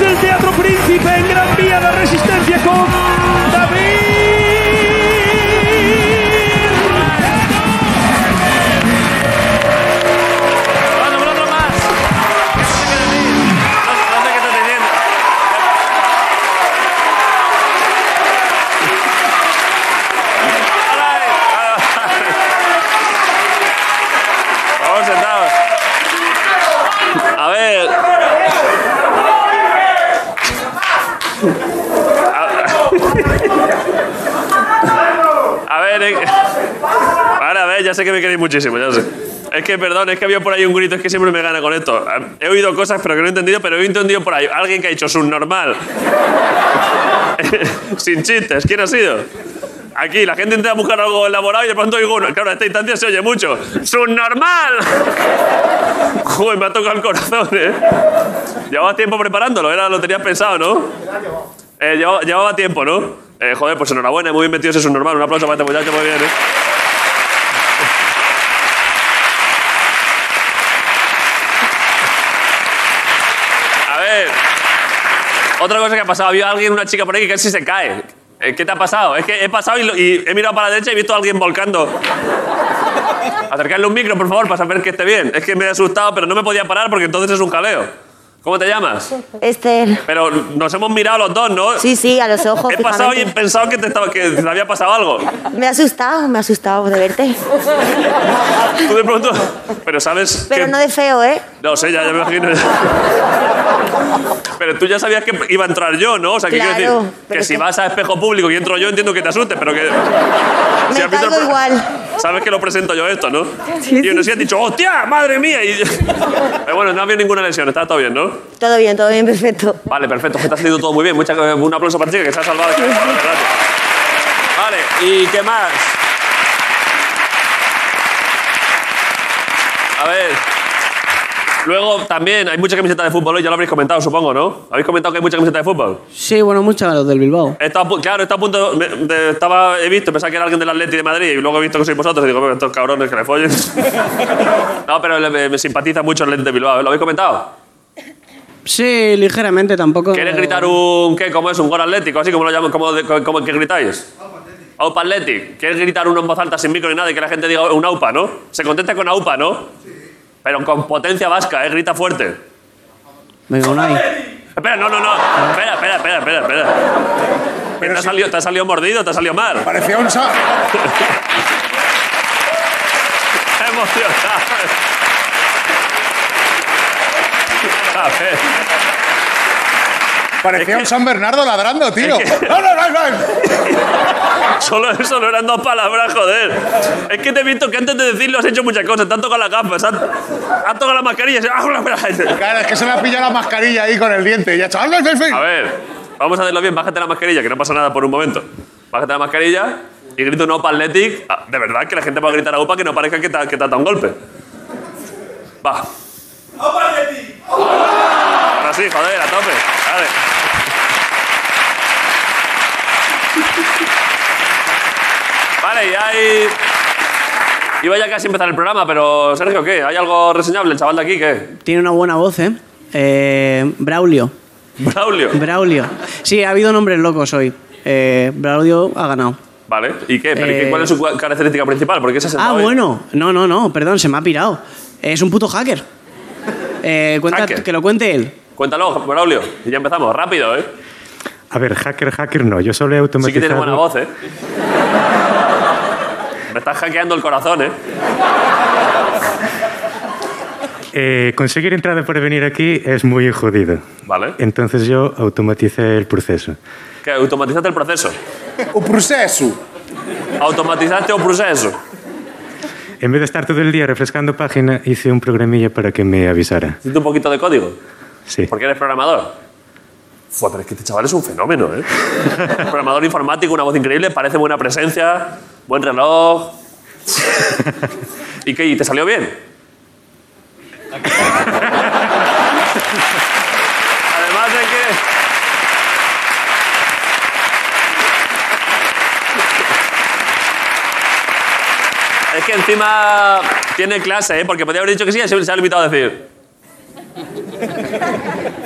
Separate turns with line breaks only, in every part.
el Teatro Príncipe en Gran Vía la Resistencia con David.
Bueno, pero otro más. No sé qué estás diciendo. Hola, Dani. Hola. Vamos sentados. A ver. A- A ver, eh. Ahora, a ver, ya sé que me queréis muchísimo, ya sé. Es que, perdón, es que había por ahí un grito, es que siempre me gana con esto. He oído cosas, pero que no he entendido, pero he entendido por ahí. Alguien que ha dicho subnormal. Sin chistes, ¿quién ha sido? Aquí, la gente intenta buscar algo elaborado y de pronto oigo uno. Claro, a esta instancia se oye mucho. ¡Subnormal! Joder, me ha tocado el corazón, ¿eh? Llevabas tiempo preparándolo, era, lo tenías pensado, ¿no? Eh, llevaba, llevaba tiempo, ¿no? Eh, joder, pues enhorabuena, muy bien metido ese subnormal. Un aplauso para este muchacho, muy bien, ¿eh? A ver. Otra cosa que ha pasado. Había alguien, una chica por ahí que casi se cae. Eh, ¿Qué te ha pasado? Es que he pasado y, lo- y he mirado para la derecha y he visto a alguien volcando. Acercarle un micro, por favor, para saber que esté bien. Es que me he asustado, pero no me podía parar porque entonces es un jaleo. ¿Cómo te llamas?
Este,
Pero nos hemos mirado los dos, ¿no?
sí, sí, a los ojos.
He pasado y he
fijamente.
pensado que te, estaba, que te había pasado algo.
Me ha asustado, me ha asustado de verte.
Tú de pronto... Pero sabes
Pero
que...
no de feo, ¿eh?
No sé, ya, ya me imagino. Pero tú ya sabías que iba a entrar yo, ¿no? O sea, que
Claro,
quiero decir que
pero
si
que-
vas a espejo público y entro yo, entiendo que te asustes, pero que.
Me
has visto el
caigo
pro-
igual.
Sabes que lo presento yo esto, ¿no? y uno sí ha dicho, ¡hostia! ¡Madre mía! Y... Pero bueno, no ha habido ninguna lesión, está todo bien, ¿no?
Todo bien, todo bien, perfecto.
Vale, perfecto, que te ha salido todo muy bien. Muchas, un aplauso para ti, que se ha salvado. Vale, gracias. Vale, ¿y qué más? A ver. Luego también hay mucha camiseta de fútbol hoy, ya lo habréis comentado, supongo, ¿no? ¿Habéis comentado que hay mucha camiseta de fútbol?
Sí, bueno, muchas los del Bilbao.
He estado a pu- claro, está a punto de, de- estaba, he visto, pensaba que era alguien del Atleti de Madrid y luego he visto que sois vosotros y digo, "Bueno, estos cabrones que le follen. no, pero le- me, me simpatiza mucho el Atleti de Bilbao, ¿eh? ¿lo habéis comentado?
Sí, ligeramente tampoco.
¿Quieres gritar un qué? ¿Cómo es? ¿Un gol atlético? ¿Así como lo llaman? ¿Cómo, de- cómo- cómo- qué gritáis? Aupa Athletic. ¿Quieres gritar uno en voz alta sin micro ni nada y que la gente diga un aupa, no? Se contenta con aupa, ¿no? Pero con potencia vasca, ¿eh? Grita fuerte.
Venga, Unai.
Espera, no, no, no. Espera, espera, espera, espera. espera. ¿Te, ha salido, ¿Te ha salido mordido? ¿Te ha salido mal?
Parecía un sa-
emocionado. A ver.
Parecía un San Bernardo ladrando, tío.
Es que-
¡No, no, no, no!
Solo eso no eran dos palabras, joder. Es que te he visto que antes de decirlo has hecho muchas cosas. Te han tocado las gafas, han, han tocado la mascarilla. se- ¡Ah,
Claro, es que se le ha pillado la mascarilla ahí con el diente. Y ha hecho, ¡habla, Delfín!
A ver, vamos a hacerlo bien. Bájate la mascarilla, que no pasa nada por un momento. Bájate la mascarilla y grito no para Athletic. Ah, de verdad que la gente va a gritar a UPA que no parezca que te, ha- que te ha dado un golpe. Va. Ahora sí, joder, a tope. Dale. Vale, y hay... Iba ya casi a empezar el programa, pero Sergio, ¿qué? ¿Hay algo reseñable? El chaval de aquí, ¿qué?
Tiene una buena voz, ¿eh? Eh, Braulio.
Braulio.
Braulio. Sí, ha habido nombres locos hoy. Eh, Braulio ha ganado.
Vale, ¿y qué? ¿Pero y qué-
Eh.
¿Cuál es su cua- característica principal? Porque ese es
Ah, bueno. No, no, no. Perdón, se me ha pirado. Es un puto hacker. Eh, cuenta-
Hacker.
Que lo cuente él.
Cuéntalo, Braulio. Y ya empezamos, rápido, ¿eh?
A ver, hacker, hacker no. Yo solo he
Sí
automatizado.
que tienes buena voz, ¿eh? Me estás hackeando el corazón, ¿eh?
Eh, conseguir entrada por venir aquí es muy jodido.
Vale.
Eh.
Entonces yo automaticé el proceso.
Que automatizaste el proceso.
O proceso.
Automatizaste el proceso.
En vez de estar todo el día refrescando página, hice un programilla para que me avisara.
Hiciste un poquito de código.
Sí.
Porque eres programador. Fua, pero es que este chaval es un fenómeno, ¿eh? programador informático, una voz increíble, parece buena presencia, buen reloj. ¿Y qué? ¿Y te salió bien? Además de que. Es que encima tiene clase, ¿eh? Porque podría haber dicho que sí, y se le ha limitado a decir.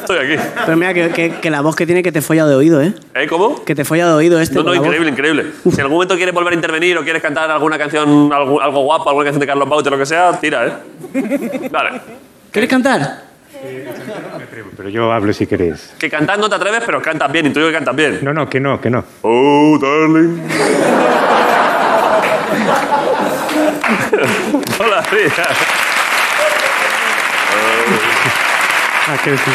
Estoy aquí.
Pero mira, que, que- que la voz que tiene que te folla de oído, ¿eh?
¿Eh? ¿Cómo?
Que te folla de oído este.
No,
con
no,
la voz.
increíble, increíble. Si en algún momento quieres volver a intervenir o quieres cantar alguna canción, algo, algo guapo, alguna canción de Carlos Baute, lo que sea, tira, ¿eh? Vale.
¿Quieres cantar?
Pero yo hablo si queréis.
Que cantar no te atreves, pero cantas bien, intuyo que cantas bien.
No, no, que no, que no.
Oh, darling. Hola, tía.
Ah, que sí.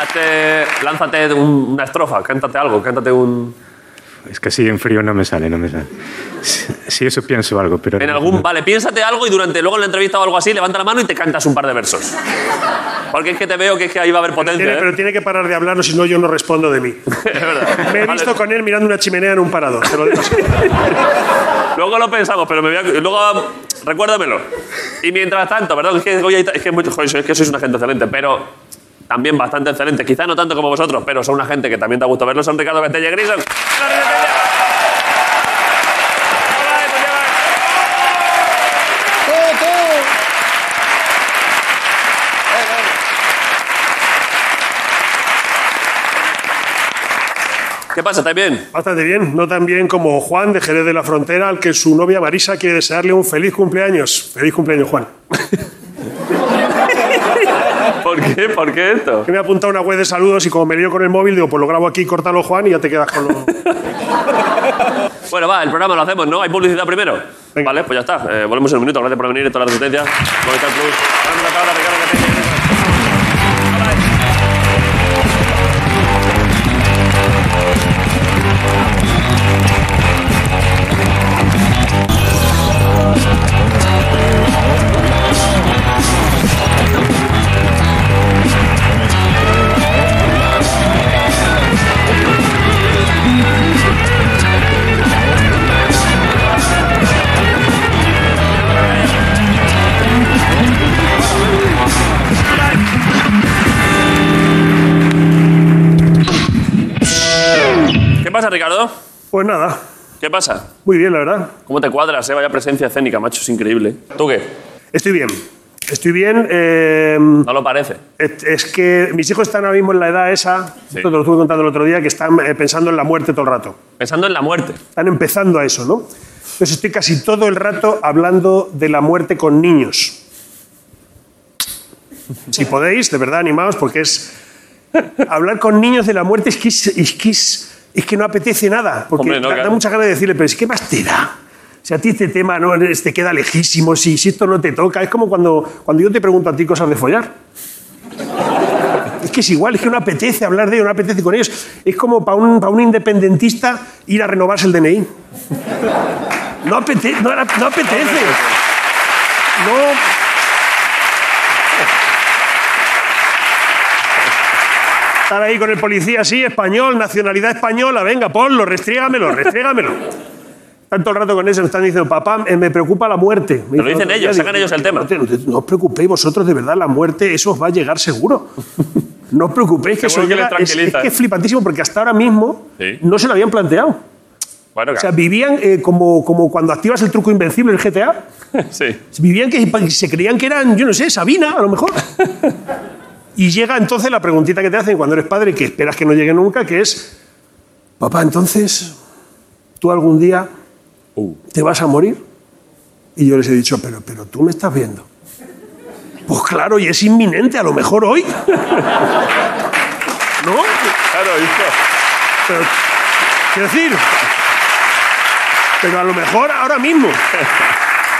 Hazte, lánzate un- una estrofa, cántate algo, cántate un...
Es que así en frío no me sale, no me sale. Si, si eso pienso algo, pero...
En algún... Vale, piénsate algo y durante luego en la entrevista o algo así, levanta la mano y te cantas un par de versos. Porque es que te veo que es que ahí va a haber
Tiene-
potencia, ¿eh?
pero tiene que parar de hablarlo, si no yo no respondo de mí.
Es verdad.
Me he
Vale,
visto con él mirando una chimenea en un parador, te lo digo así.
Luego lo pensamos, pero me voy a... Luego... Recuérdamelo. Y mientras tanto, perdón, es que hoy hay ta- Es que, mucho- joder, es que sois una gente excelente, pero... También bastante excelente. Quizá no tanto como vosotros, pero son una gente que también te ha gustado verlo. Son Ricardo Betella y Grison. ¡Hola, Ricardo Betella! ¡Hola, Betella! ¿Qué pasa? ¿Estáis bien?
Bastante bien, no tan bien como Juan de Jerez de la Frontera, al que su novia Marisa quiere desearle un feliz cumpleaños. Feliz cumpleaños, Juan.
¿Por qué? ¿Por qué esto?
Que me he apuntado una web de saludos y como me lío con el móvil, digo, pues lo grabo aquí, córtalo, Juan, y ya te quedas con lo...
Bueno, va, el programa lo hacemos, ¿no? Hay publicidad primero.
Venga.
Vale, pues ya está. Eh, volvemos en un minuto. Gracias por venir, toda la resistencia. Movistar Plus. Vamos a acabar, Ricardo, que te- ¿Qué pasa, Ricardo?
Pues nada,
¿Qué pasa?
muy bien, la verdad.
¿Cómo te cuadras, eh? Vaya presencia escénica, macho, es increíble. ¿Tú qué?
Estoy bien. Estoy bien. eh,
No lo parece.
es es que mis hijos están ahora mismo en la edad esa, esto te lo estuve contando el otro día, que están eh, pensando en la muerte todo el rato.
Pensando en la muerte.
Están empezando a eso, ¿no? Entonces estoy casi todo el rato hablando de la muerte con niños. Si podéis, de verdad, animaos, porque es. Hablar con niños de la muerte es que, es, es que, es- es que no apetece nada. Porque
Hombre, no,
da, da
claro.
mucha ganas de decirle, pero es que más te da. Si a ti este tema no es- te queda lejísimo, si, si esto no te toca, es como cuando, cuando yo te pregunto a ti cosas de follar. Es que es igual, es que no apetece hablar de ello, no apetece con ellos. Es como para un, pa' un independentista ir a renovarse el DNI. No, apete- no, era- no apetece. No. Estar ahí con el policía así, español, nacionalidad española, venga, ponlo, restrígamelo, restrígamelo. Tanto el rato con eso me están diciendo, papá, eh, me preocupa la muerte. Me
lo
dicen
dicen
otro
ellos, sacan ellos el
digo,
tema.
No, te- no os preocupéis vosotros, de verdad, la muerte, eso os va a llegar seguro. No os preocupéis, que eso
Seguro que
llega- es,
les
es
tranquiliza.
que es flipantísimo, porque hasta ahora mismo
Sí.
no se lo habían planteado.
Bueno,
O sea,
claro.
vivían eh, como, como cuando activas el truco invencible en el GTA.
Sí.
Vivían que se creían que eran, yo no sé, Sabina, a lo mejor. Y llega entonces la preguntita que te hacen cuando eres padre, que esperas que no llegue nunca, que es, papá, entonces, ¿tú algún día te vas a morir? Y yo les he dicho, pero, pero tú me estás viendo. Pues claro, y es inminente, a lo mejor hoy. ¿No?
Claro, hijo.
Pero, quiero decir, pero a lo mejor ahora mismo.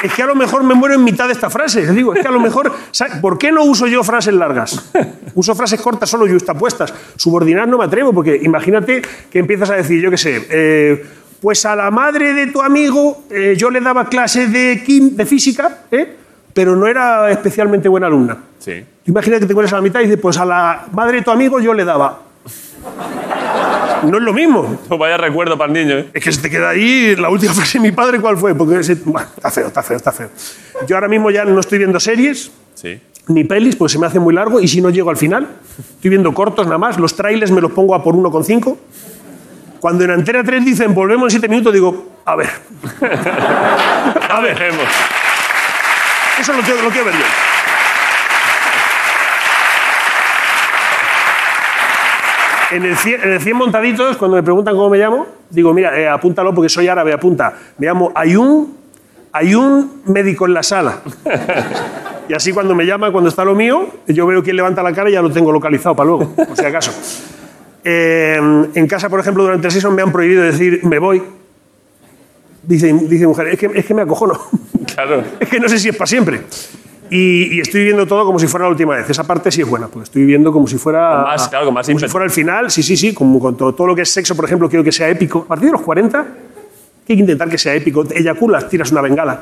Es que a lo mejor me muero en mitad de esta frase. Digo, es que a lo mejor. ¿sabes? ¿Por qué no uso yo frases largas? Uso frases cortas solo yo puestas. Subordinar no me atrevo, porque imagínate que empiezas a decir, yo qué sé, eh, pues a la madre de tu amigo eh, yo le daba clases de, quim- de física, ¿eh? pero no era especialmente buena alumna.
Sí.
Tú Imagina que te encuentras a la mitad y dices, pues a la madre de tu amigo yo le daba. No es lo mismo.
Oh, Vaya recuerdo para el niño, ¿eh?
Es que se te queda ahí la última frase de mi padre, ¿cuál fue? Porque se- Buah, está feo, está feo, está feo. Yo ahora mismo ya no estoy viendo series
Sí.
ni pelis, pues se me hace muy largo y si no llego al final, estoy viendo cortos nada más, los trailers me los pongo a por 1,5. Cuando en Antena 3 dicen volvemos en 7 minutos, digo, a ver,
A ver.
eso lo, tengo- lo quiero ver yo. En el, 100, en el 100 montaditos, cuando me preguntan cómo me llamo, digo, mira, eh, apúntalo porque soy árabe, apunta. Me llamo Ayun, hay un médico en la sala. Y así cuando me llama, cuando está lo mío, yo veo quién levanta la cara y ya lo tengo localizado para luego, por si acaso. Eh, en casa, por ejemplo, durante el season me han prohibido decir me voy. Dice, dice mujer, es que, es que me acojono.
Claro.
Es que no sé si es para siempre. Y, y estoy viviendo todo como si fuera la última vez. Esa parte sí es buena, porque estoy viviendo como si fuera.
Con más, claro, con más
como si
ímpetu.
fuera el final, sí, sí, sí. Como con todo, todo lo que es sexo, por ejemplo, quiero que sea épico. A partir de los 40, hay que intentar que sea épico. Te Eyaculas, tiras una bengala.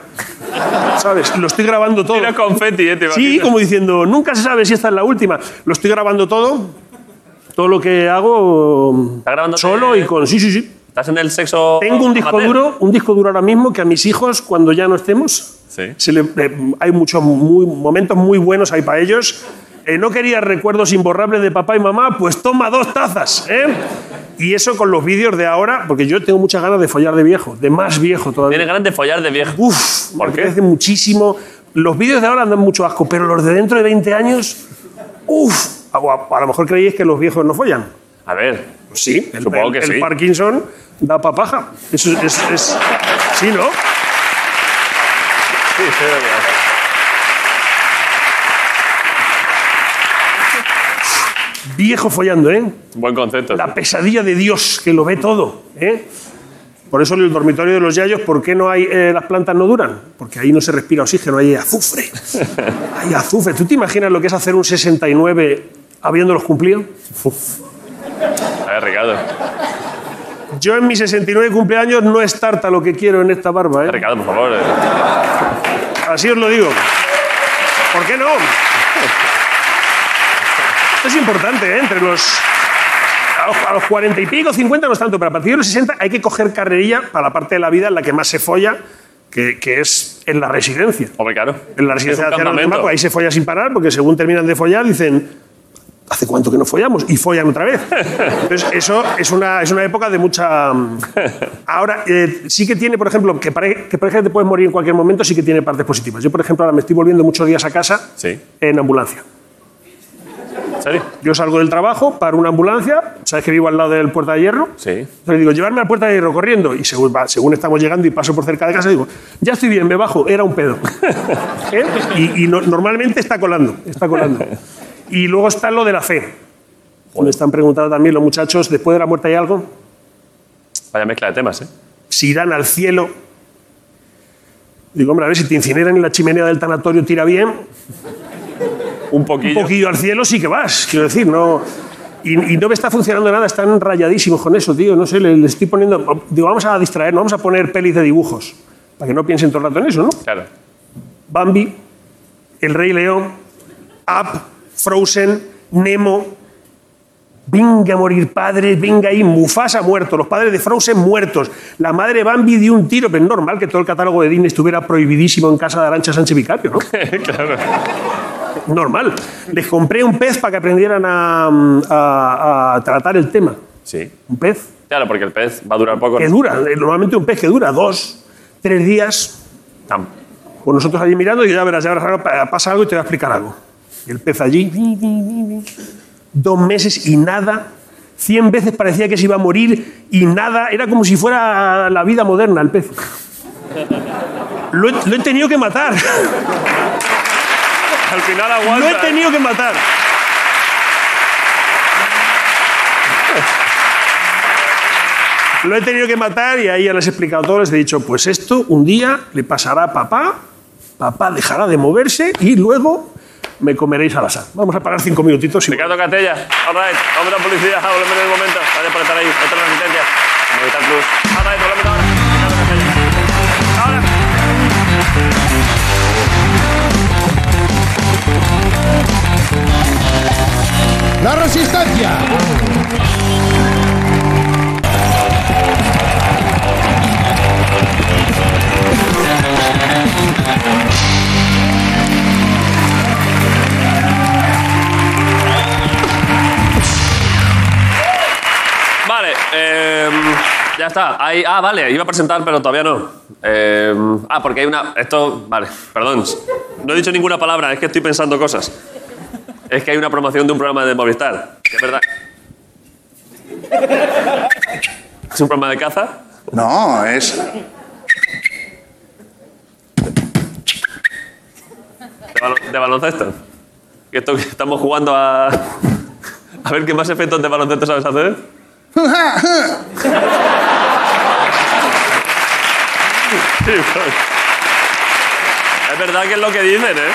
¿Sabes? Lo estoy grabando todo.
Tira confeti, ¿eh? Te
Sí,
imaginas.
como diciendo, nunca se sabe si esta es la última. Lo estoy grabando todo. Todo lo que hago
¿Está grabándote?
solo y con. Sí, sí, sí.
¿Estás en el sexo
Tengo un disco
amateur?
duro, un disco duro ahora mismo que a mis hijos, cuando ya no estemos,
Sí.
se le- eh, hay muchos muy, momentos muy buenos ahí para ellos. Eh, no quería recuerdos imborrables de papá y mamá, pues toma dos tazas. ¿eh? Y eso con los vídeos de ahora, porque yo tengo muchas ganas de follar de viejo, de más viejo
Tienes
todavía.
ganas de follar de
Uh.
viejo.
Uf,
¿Por
me
qué?
apetece muchísimo. Los vídeos de ahora dan mucho asco, pero los de dentro de 20 años, uf, a, a- a lo mejor creéis que los viejos no follan.
A ver.
Pues sí, el,
Supongo
el-
que
el
sí.
Parkinson da papaja. Eso es, es- es- Sí, ¿no?
Sí, sí,
Viejo follando, ¿eh?
Buen concepto.
La pesadilla de Dios que lo ve todo, ¿eh? Por eso en el dormitorio de los yayos, ¿por qué no hay eh, las plantas no duran? Porque ahí no se respira oxígeno, hay azufre. Hay azufre. ¿Tú te imaginas lo que es hacer un 69 habiéndolos cumplido?
A ver, Ricardo.
Yo en mis 69 cumpleaños no es tarta lo que quiero en esta barba, ¿eh?
Ricardo, por favor. eh.
Así os lo digo. ¿Por qué no? Esto es importante, ¿eh? Entre los... A los, a los 40 y pico, 50 no es tanto, pero a partir de los 60 hay que coger carrerilla para la parte de la vida en la que más se folla, que, que es en la residencia.
Hombre, claro.
En la residencia de
Es un
ancianos de
campamento.
Marco, ahí se folla sin parar, porque según terminan de follar dicen, ¿hace cuánto que no follamos? Y follan otra vez. Entonces, eso es una, es una época de mucha... mm, Ahora, eh, sí que tiene, por ejemplo, que, pare- que parece que te puedes morir en cualquier momento, sí que tiene partes positivas. Yo, por ejemplo, ahora me estoy volviendo muchos días a casa
Sí.
en ambulancia.
¿En serio?
Yo salgo del trabajo, paro una ambulancia, sabes que vivo al lado del Puerta de Hierro.
Sí.
Entonces digo, llevarme a la Puerta de Hierro corriendo. Y según, va- según estamos llegando y paso por cerca de casa, digo, ya estoy bien, me bajo, era un pedo. ¿Eh? Y, y no- normalmente está colando, está colando. Y luego está lo de la fe. Me están preguntando también los muchachos, después de la muerte hay algo,
Vaya mezcla de temas, ¿eh?
si irán al cielo. Digo, hombre, a ver si te incineran en la chimenea del tanatorio, tira bien,
Un poquillo.
un poquillo al cielo sí que vas, quiero decir, no. Y, y no me está funcionando nada, están rayadísimos con eso, tío. No sé, le, le estoy poniendo. Digo, vamos a distraernos, vamos a poner pelis de dibujos, para que no piensen todo el rato en eso, ¿no?
Claro.
Bambi, El Rey León, Up, Frozen, Nemo. Venga a morir padre, venga ahí, Mufasa muerto, los padres de Frozen muertos, la madre de Bambi dio un tiro, pero es normal que todo el catálogo de Disney estuviera prohibidísimo en casa de Arancha Sánchez Vicario, ¿no?
claro.
Normal. Les compré un pez para que aprendieran a, a- a tratar el tema.
Sí.
Un pez
Claro, porque el pez va a durar poco.
que dura. eh, Normalmente un pez que dura dos, tres días.
Tam.
Con Pues nosotros allí mirando y ya verás, ya verás, ahora pasa algo y te voy a explicar algo. Y el pez allí. Dos meses y nada. Cien veces parecía que se iba a morir y nada. Era como si fuera la vida moderna el pez. Lo he- lo he tenido que matar.
Al final
Lo
aguanta. ¿eh?
he
¿eh?
tenido que matar. Lo he tenido que matar y ahí ya les he explicado todo, les he dicho, pues esto un día le pasará a papá, papá dejará de moverse y luego me comeréis al azar. Vamos a parar cinco minutitos y...
Ricardo Catella, all right, vamos a la publicidad, volvemos en el momento. Gracias por estar ahí, otra resistencia. Movistar Plus. All right, volvemos ahora. Ricardo Catella. Ahora.
¡La resistencia!
Vale, em, ya está. Hay- ah, vale, iba a presentar, pero todavía no. Em, ah, porque hay una. Esto. Vale, perdón. No he dicho ninguna palabra, es que estoy pensando cosas. Es que hay una promoción de un programa de Movistar. que es verdad. ¿Es un programa de caza?
No, es.
¿De, balo- de baloncesto? Que esto que estamos jugando a... A ver qué más efectos de baloncesto sabes hacer. Sí, pues. es verdad que es lo que dicen, ¿eh?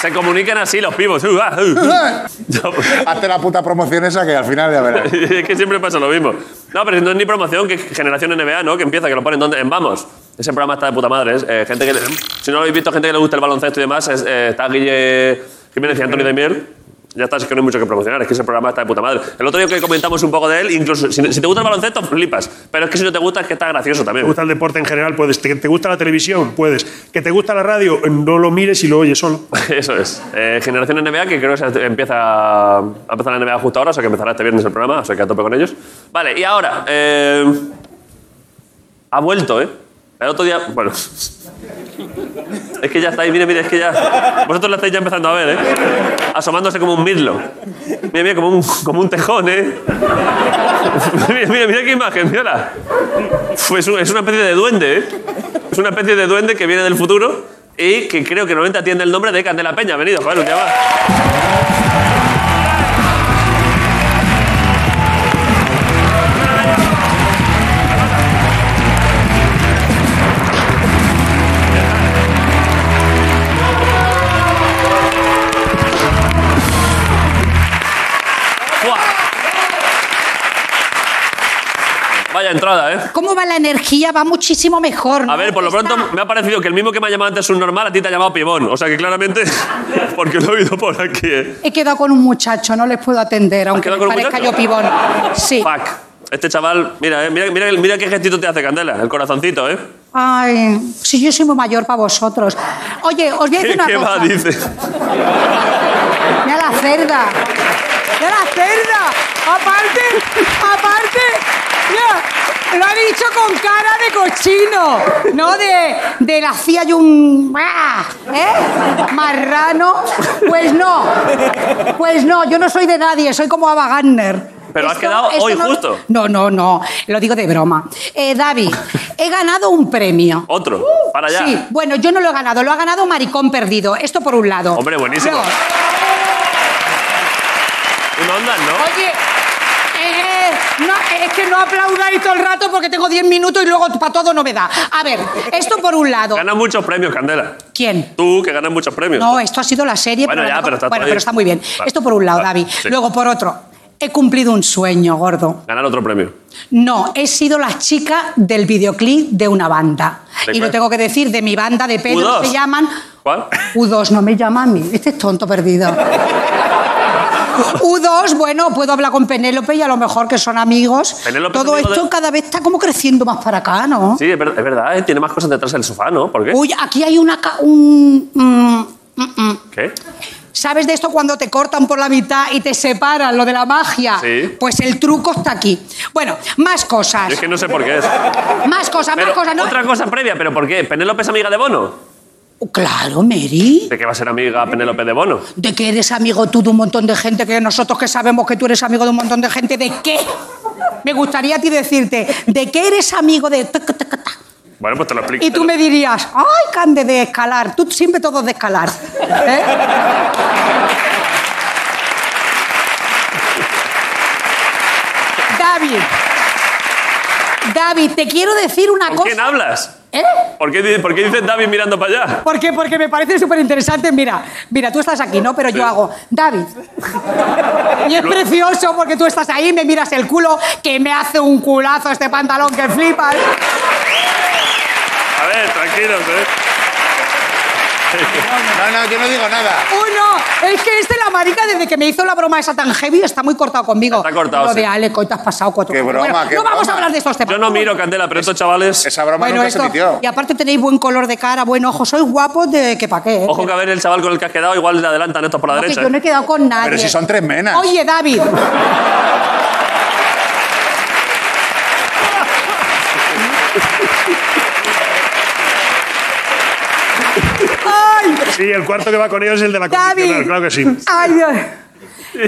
Se comunican así los pibos. Uh, ah, uh. No, pues,
Hazte la puta promoción esa que al final ya verás.
es que siempre pasa lo mismo. No, pero no es ni promoción, que es Generación NBA, ¿no? Que empieza, que lo ponen donde, en Vamos. Ese programa está de puta madre. es, eh, gente que, le- si no lo habéis visto, gente que le gusta el baloncesto y demás, es, eh, está Guille Jiménez y Antonio de Miel. Ya está, es que no hay mucho que promocionar, es que ese programa está de puta madre. El otro día que comentamos un poco de él, incluso si, si te gusta el baloncesto, flipas. Pero es que si no te gusta, es que está gracioso
te
también.
gusta el deporte en general, puedes. Que te gusta la televisión, puedes. Que te gusta la radio, no lo mires y lo oyes solo.
Eso es. Eh, Generación NBA, que creo que se empieza, a empezar la NBA justo ahora, o sea que empezará este viernes el programa, o sea que a tope con ellos. Vale, y ahora, eh, ha vuelto, ¿eh? El otro día, bueno. Es que ya está ahí, mire, mire, es que ya. Vosotros la estáis ya empezando a ver, ¿eh? Asomándose como un midlo. Mira, mira, como un, como un tejón, ¿eh? mira, mira, mira qué imagen, mírala. Uf, es, un- es una especie de duende, ¿eh? Es una especie de duende que viene del futuro y que creo que normalmente atiende el nombre de Candela Peña. Venido, joder, un día más. ¡Buah! Vaya entrada, ¿eh?
¿Cómo va la energía? Va muchísimo mejor.
A ver, por lo pronto me ha parecido que el mismo que me ha llamado antes un normal, a ti te ha llamado pibón. O sea que claramente, porque lo he oído por aquí, ¿eh?
He quedado con un muchacho, no les puedo atender, aunque
quedado
les
con un
parezca yo
muchacho?
pibón. Sí.
Fuck. Este chaval, mira, ¿eh? mira, mira, mira qué gestito te hace Candela, el corazoncito, ¿eh?
Ay, si yo soy muy mayor para vosotros. Oye, os voy a
¿Qué,
decir una
qué va?
cosa.
Dice.
Mira la cerda. Mira la cerda. Aparte, aparte. Mira, lo ha dicho con cara de cochino. No de, de la hacía yo un. ¡Ah! ¿Eh? Marrano. Pues no. Pues no, yo no soy de nadie, soy como Ava Gardner.
Pero has quedado hoy
no-
justo.
No, no, no. Lo digo de broma. Eh, David, he ganado un premio.
Otro, Oh, para allá.
Sí, bueno, yo no lo he ganado, lo ha ganado Maricón Perdido. Esto por un lado.
Hombre, buenísimo.
Luego,
Una onda, ¿no?
Oye, eh, no, es que no aplaudáis todo el rato porque tengo 10 minutos y luego para todo no me da. A ver, esto por un lado.
Ganas muchos premios, Candela.
¿Quién?
Tú, que ganas muchos premios.
No, esto ha sido la serie.
Bueno,
pero,
ya,
la tengo-
pero está
bueno,
todo ahí.
pero está muy bien.
Vale.
Esto por un lado,
Vale,
David.
sí.
Luego, por otro, he cumplido un sueño, gordo.
Ganar otro premio.
No, he sido la chica del videoclip de una banda.
¿De
Y
cuál?
lo tengo que decir, de mi banda de Pedro,
U2.
se llaman
¿Cuál?
U2 no me llama a mí. Este es tonto perdido. U2, bueno, puedo hablar con Penélope y a lo mejor que son amigos.
Penélope
Todo
es amigo
esto
de-
cada vez está como creciendo más para acá, ¿no?
Sí, es ver- es verdad, ¿eh? tiene más cosas detrás del sofá, ¿no? ¿Por qué?
Uy, aquí hay una... ca- un- mm, mm, mm.
¿Qué?
¿Sabes de esto cuando te cortan por la mitad y te separan, lo de la magia?
Sí.
Pues el truco está aquí. Bueno, más cosas.
Yo es que no sé por qué es.
Más cosas,
Pero,
más cosas. ¿no?
Otra cosa previa, ¿pero por qué? ¿Penélope es amiga de Bono?
Claro, Mary.
¿De qué va a ser amiga Penélope de Bono?
¿De que eres amigo tú de un montón de gente? Que nosotros que sabemos que tú eres amigo de un montón de gente, ¿de qué? Me gustaría a ti decirte, ¿de qué eres amigo de.? tac, tac, tac, tac?
Bueno, pues te lo explico.
Y tú me dirías, ¡ay, Cande de escalar! Tú siempre todo de escalar. ¿eh? David. David, te quiero decir una
¿Con
cosa.
quién hablas?
¿Eh?
¿Por qué, di- por qué dices David mirando para allá?
¿Por qué? Porque me parece súper interesante. Mira, mira, tú estás aquí, ¿no? Pero yo hago, David. Y es precioso porque tú estás ahí, me miras el culo, que me hace un culazo este pantalón que flipas.
A ver, tranquilos, ¿eh?
No, no, yo no digo nada.
Uno, es que este, la marica, desde que me hizo la broma esa tan heavy, está muy cortado conmigo.
Está cortado,
Lo de
sí.
Aleco, y te has pasado cuatro
Qué
cosas.
broma,
Bueno,
qué
No vamos a
broma.
hablar de estos temas.
Yo no miro Candela, pero estos chavales.
Esa broma
Bueno,
nunca
esto,
se emitió.
y aparte tenéis buen color de cara, buen ojo, sois guapos de que pa' qué. ¿eh?
Ojo que a ver el chaval con el que has quedado, igual le adelantan estos por la
No, que
derecha. ¿eh?
yo no he quedado con nadie.
¿eh? Pero si son tres menas.
Oye, David. ¡Ay!
Sí, el cuarto que va con ellos es el de la
David.
condicional, claro que sí.
¡Ay, Dios!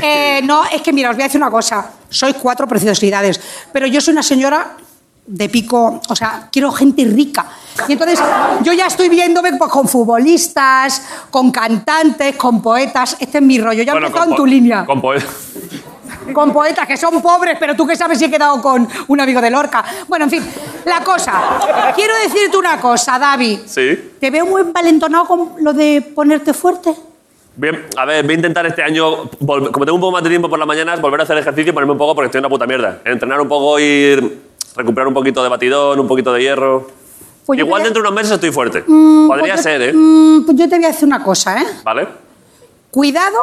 Eh, no, es que mira, os voy a decir una cosa. Sois cuatro preciosidades, pero yo soy una señora de pico, o sea, quiero gente rica. Y entonces yo ya estoy viéndome pues, con futbolistas, con cantantes, con poetas. Este es mi rollo. Ya he
Bueno,
empezado
con
en tu
po-
línea.
con po-
con poetas que son pobres, pero tú que sabes si he quedado con un amigo de Lorca. Bueno, en fin, la cosa. Quiero decirte una cosa, David.
Sí.
Te veo muy envalentonado con lo de ponerte fuerte.
Bien, a ver, voy a intentar este año, vol- como tengo un poco más de tiempo por las mañanas, volver a hacer ejercicio y ponerme un poco porque estoy en una puta mierda. Entrenar un poco, ir, recuperar un poquito de batidón, un poquito de hierro.
Pues yo
Igual
quería-
dentro de unos meses estoy fuerte.
Mm,
Podría
pues yo-
ser, ¿eh?
mm, pues yo te voy a decir una cosa, ¿eh?
¿Vale?
Cuidado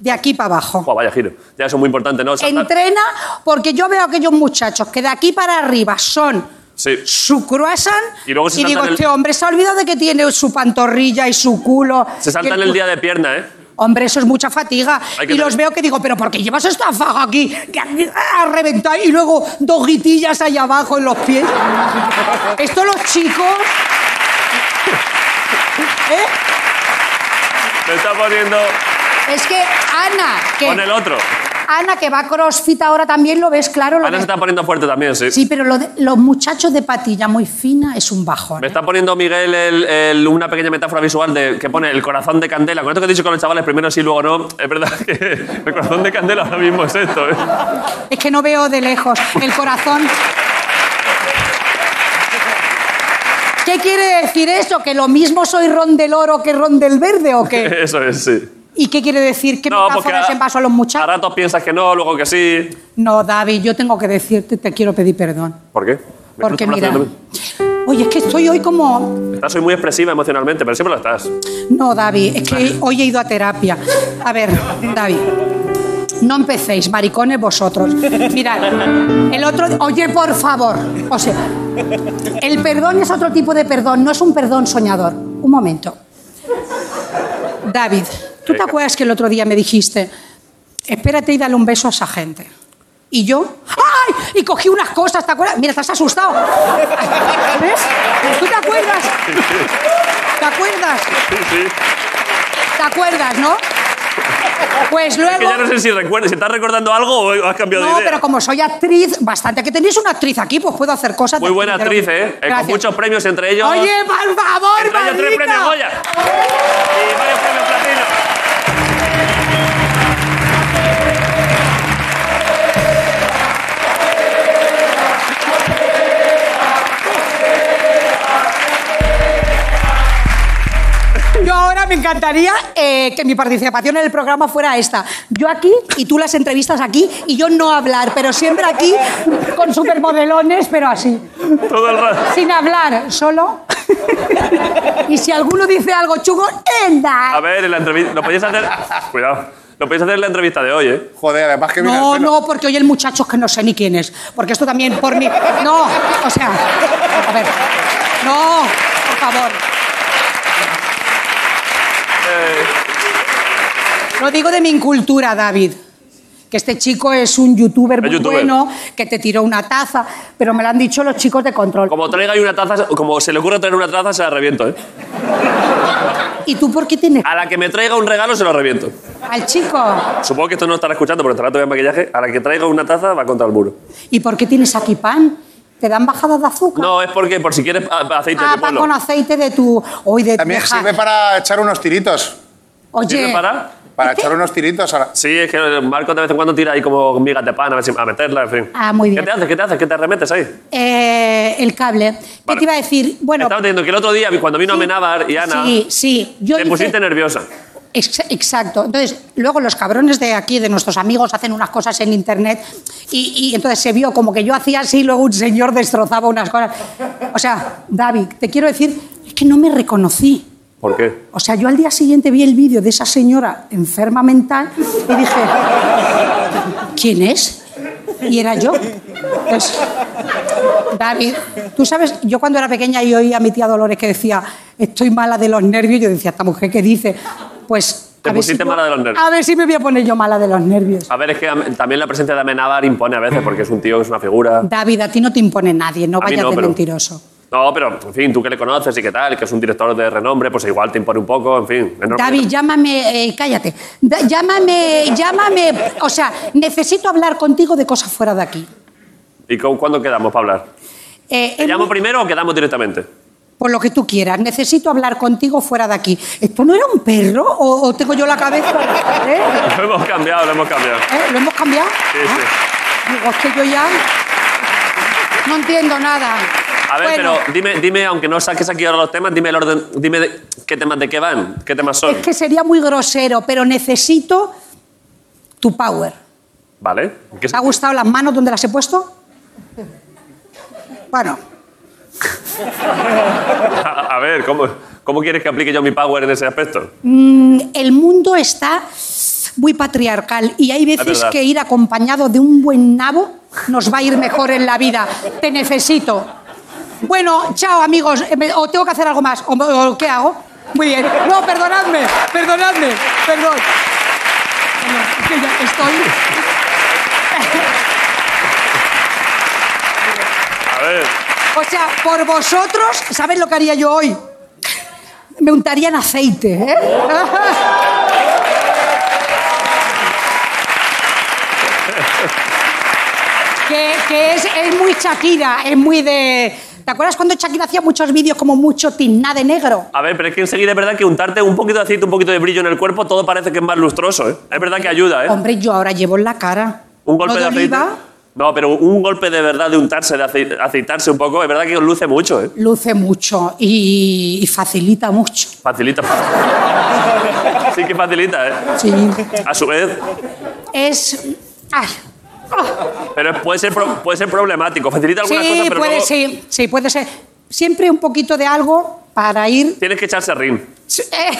de aquí para abajo.
Buah, vaya giro. Ya eso es muy importante, ¿no? Saltar-
Entrena, porque yo veo a aquellos muchachos que de aquí para arriba son
Sí.
su croissant
Y luego se
digo,
saltan el-
este hombre se ha olvidado de que tiene su pantorrilla y su culo.
Se
Y
saltan el día de pierna, ¿eh?
Hombre, eso es mucha fatiga.
Hay que
Y los
tener-
veo que digo, pero ¿por qué llevas esta faja aquí? Que aquí- ah, reventar y luego dos guitillas allá abajo en los pies. Esto los chicos... ¿Eh?
Me está poniendo
Es que Ana,
con el
que,
otro.
Ana, que va a CrossFit ahora también, lo ves claro. Lo
Ahora
de-
se está poniendo fuerte también, sí.
Sí, pero lo de- los muchachos de patilla muy fina es un bajón.
Me
¿eh?
está poniendo Miguel el- el- una pequeña metáfora visual de que pone el corazón de candela. Con esto que he dicho con los chavales, primero sí, luego no. Es verdad que el corazón de candela ahora mismo es esto. ¿eh?
Es que no veo de lejos el corazón. ¿Qué quiere decir eso? ¿Que lo mismo soy ron del oro que ron del verde o qué?
Eso es, sí.
¿Y qué quiere decir? ¿Qué metáforas
a-
en paso a los
a
muchachos?
ratos piensas que no, luego que sí.
No, David, yo tengo que decirte, te quiero pedir perdón.
¿Por qué? Me
Porque
cruzo
mira.
los brazos
Oye, es que estoy hoy como.
y- Estás hoy muy expresiva emocionalmente, pero siempre lo estás.
No, David, es que hoy he ido a terapia. A ver, David. No empecéis, maricones vosotros. Mirad, el otro. Oye, por favor. O sea, el perdón es otro tipo de perdón, no es un perdón soñador. Un momento. David, ¿tú te
Venga.
acuerdas que el otro día me dijiste, espérate y dale un beso a esa gente? Y yo, ¡ay! Y cogí unas cosas, ¿te acuerdas? Mira, estás asustado. ¿Ves? ¿Tú te acuerdas? ¿Te acuerdas?
Sí, sí.
¿Te acuerdas, no? Pues
Que
luego...
ya no sé si recuerdas, si estás recordando algo o has cambiado
No,
de idea.
pero como soy actriz, bastante. Que tenéis una actriz aquí, pues puedo hacer cosas. de
Muy buena
de
actriz,
lo-
¿eh? Eh, Con
Gracias.
muchos premios, entre ellos.
Oye, por favor,
entre ellos tres
marica.
premios Goya. Y varios premios platino.
Yo ahora me encantaría eh, que mi participación en el programa fuera esta. Yo aquí y tú las entrevistas aquí y yo no hablar, pero siempre aquí con supermodelones, pero así.
Todo el rato.
Sin hablar, solo. y si alguno dice algo chungo, ¡enda!
A ver, en la entrevista. Lo podéis hacer. Cuidado. Lo podéis hacer en la entrevista de hoy, ¿eh?
Joder, además que mira el
No,
pelo.
no, porque hoy el muchacho es que no sé ni quién es. Porque esto también por mí. No, o sea. A ver. No, por favor.
Eh.
Lo digo de mi incultura, David. Que este chico es un youtuber muy
Es youtuber.
bueno, que te tiró una taza, pero me lo han dicho los chicos de control.
Como traiga ahí una taza, como se le ocurra traer una taza, se la reviento, ¿eh?
¿Y tú por qué tienes
A la que me traiga un regalo, se lo reviento.
al chico?
Supongo que esto no lo estará escuchando porque estará todavía en maquillaje. A la que traiga una taza, va contra el muro.
¿Y por qué tienes aquí pan? ¿Te dan bajadas de azúcar?
No, es porque, por si quieres a- aceite de
Ah, pan
pueblo.
con aceite de tu. Hoy de
También
deja-
sirve para echar unos tiritos.
Oye,
¿Sirve para?
Para echar unos tiritos a la-
Sí, es que Marco de vez en cuando tira ahí como migas de pan a, ver si- a meterla, en fin.
Ah, muy bien.
¿Qué te haces? ¿Qué te haces? ¿Qué te remetes ahí?
Eh, el cable. ¿Qué
Vale.
te iba a decir? Bueno,
Estaba diciendo que el otro día, cuando vino
sí.
Amenábar y Ana,
Sí, sí. Yo
te
hice-
pusiste nerviosa.
Ex- Exacto. Entonces, luego los cabrones de aquí, de nuestros amigos, hacen unas cosas en internet y, y entonces se vio como que yo hacía así y luego un señor destrozaba unas cosas. O sea, David, te quiero decir, es que no me reconocí.
¿Por qué?
O sea, yo al día siguiente vi el vídeo de esa señora enferma mental y dije, ¿quién es? Y era yo. Entonces, David, tú sabes, yo cuando era pequeña y oía a mi tía Dolores que decía, estoy mala de los nervios, yo decía, ¿esta mujer qué dice? Pues...
Te
a ver
pusiste
yo-
mala de los nervios. Ah.
A ver si me voy a poner yo mala de los nervios.
A ver, es que am- también la presencia de Amenábar impone a veces porque es un tío, es una figura.
David, a ti no te impone nadie, no
A mí
vayas
no,
de
pero-
mentiroso.
No, pero, en fin, tú que le conoces y qué tal, que es un director de renombre, pues igual te impone un poco, en fin. es normal.
David, llámame, eh, cállate. Da- llámame, llámame. O sea, necesito hablar contigo de cosas fuera de aquí.
¿Y con- cuándo quedamos para hablar?
Eh,
¿Te
es
llamo
muy-
primero o quedamos directamente?
por lo que tú quieras, necesito hablar contigo fuera de aquí. ¿Esto no era un perro? ¿O, o tengo yo la cabeza? ¿Eh?
Lo hemos cambiado, lo hemos cambiado.
¿Eh? ¿Lo hemos cambiado?
Sí, sí.
Ah, Digo, es que yo ya no entiendo nada.
A ver,
Bueno,
pero dime, dime, aunque no saques aquí ahora los temas, dime el orden, dime de- qué temas de qué van, qué temas son.
Es que sería muy grosero, pero necesito tu power.
¿Vale? ¿Qué-
¿Te ha gustado las manos donde las he puesto? Bueno,
a, a ver, ¿cómo, ¿cómo quieres que aplique yo mi power en ese aspecto?
el mundo está muy patriarcal y hay veces
verdad.
que ir acompañado de un buen nabo nos va a ir mejor en la vida. Te necesito. Bueno, chao amigos. Eh, me- O tengo que hacer algo más. ¿O, o qué hago? Muy bien. No, perdonadme, perdonadme, perdón. Bueno, es que ya estoy.
A ver,
O sea, por vosotros, ¿sabes lo que haría yo hoy? Me untaría en aceite, ¿eh? que que es, es muy Shakira, es muy de... ¿Te acuerdas cuando Shakira hacía muchos vídeos como mucho tinna de negro?
a ver, pero es que enseguida es verdad que untarte un poquito de aceite, un poquito de brillo en el cuerpo, todo parece que es más lustroso, ¿eh? Es verdad que ayuda, ¿eh?
Hombre, yo ahora llevo en la cara.
Un golpe
¿No
de aceite.
oliva
No, pero un golpe de verdad de untarse, de acei- aceitarse un poco, es verdad que luce mucho, ¿eh?
luce mucho y, y facilita mucho.
Facilita. sí que facilita, ¿eh?
Sí.
A su vez,
Es... Ay,
pero puede ser, pro- puede ser problemático. Facilita algunas
sí,
cosas, pero
puede,
luego
sí, sí, puede ser. Siempre un poquito de algo para ir.
tienes que echarse rin.
¡Ey!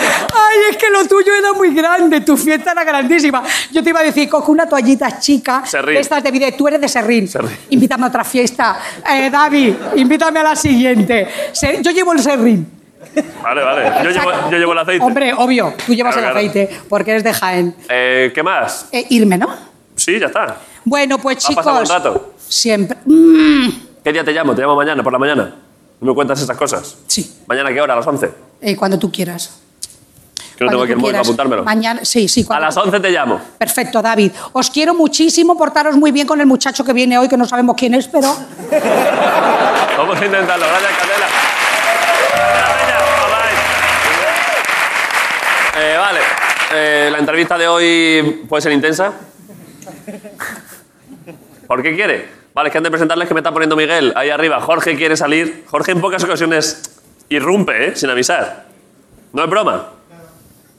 ¡Ay, es que lo tuyo era muy grande! Tu fiesta era grandísima. Yo te iba a decir, coge una toallita chica.
Serrín.
de Estas de vida. Tú eres de Serrín.
Serrín.
Invítame a otra fiesta. Eh, David, invítame a la siguiente. Se- Yo llevo el Serrín.
Vale, vale. Yo llevo, yo llevo el aceite.
Hombre, obvio, tú llevas
Claro,
el
claro.
aceite porque eres de Jaén.
Eh, ¿Qué más?
Eh, irme, ¿no?
Sí, ya está.
Bueno, pues
Ha
chicos.
pasado un rato.
Siempre. Mm,
¿Qué día te llamo? Te llamo mañana, por la mañana. No me cuentas esas cosas.
sí,
¿Mañana qué hora? ¿A las 11?
eh, cuando tú quieras.
Que no tengo
Cuando
aquí
tú
el móvil para
quieras.
apuntármelo.
Mañana, sí, sí.
A
cuando-
las 11 te llamo.
Perfecto, David. Os quiero muchísimo. Portaros muy bien con el muchacho que viene hoy, que no sabemos quién es, pero
Vamos a intentarlo. Gracias, Candela. Gracias, Peña. Bye, bye. Eh, vale. Eh, la entrevista de hoy puede ser intensa. ¿Por qué quiere? Vale, es que antes de presentarles que me está poniendo Miguel ahí arriba. Jorge quiere salir. Jorge en pocas ocasiones irrumpe, ¿eh? Sin avisar. No es broma.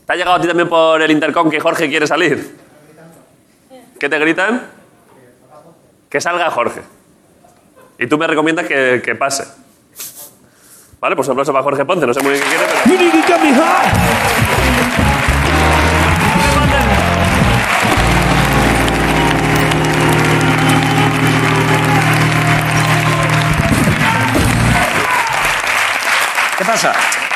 ¿Te ha llegado a ti también por el intercom que Jorge quiere salir? ¿Qué te gritan? Que salga Jorge. Y tú me recomiendas que, que pase. Vale, pues un aplauso para Jorge Ponce. No sé muy bien qué quiere, pero...
¿Qué pasa?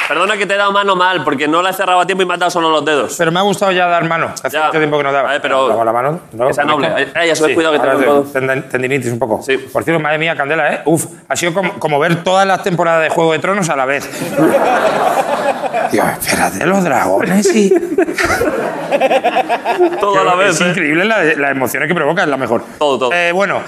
Perdona que te he dado mano mal, porque no la he cerrado a tiempo y me has dado solo los dedos.
Pero me ha gustado ya dar mano. Hace
Ya.
mucho tiempo que no daba.
A ver, pero-
Daba la mano. ¿no?
Esa noble. Ay, ya se me ha cuidado que
ahora
tengo todo.
tenden- Tendinitis un poco.
Sí.
Por cierto, madre mía, Candela, ¿eh? Uf, ha sido como, como ver todas las temporadas de Juego de Tronos a la vez. Dios, espérate, los dragones y...
Todo a la vez.
Es
¿eh?
increíble la, las emociones que provoca, es la mejor.
Todo, todo.
Eh, bueno,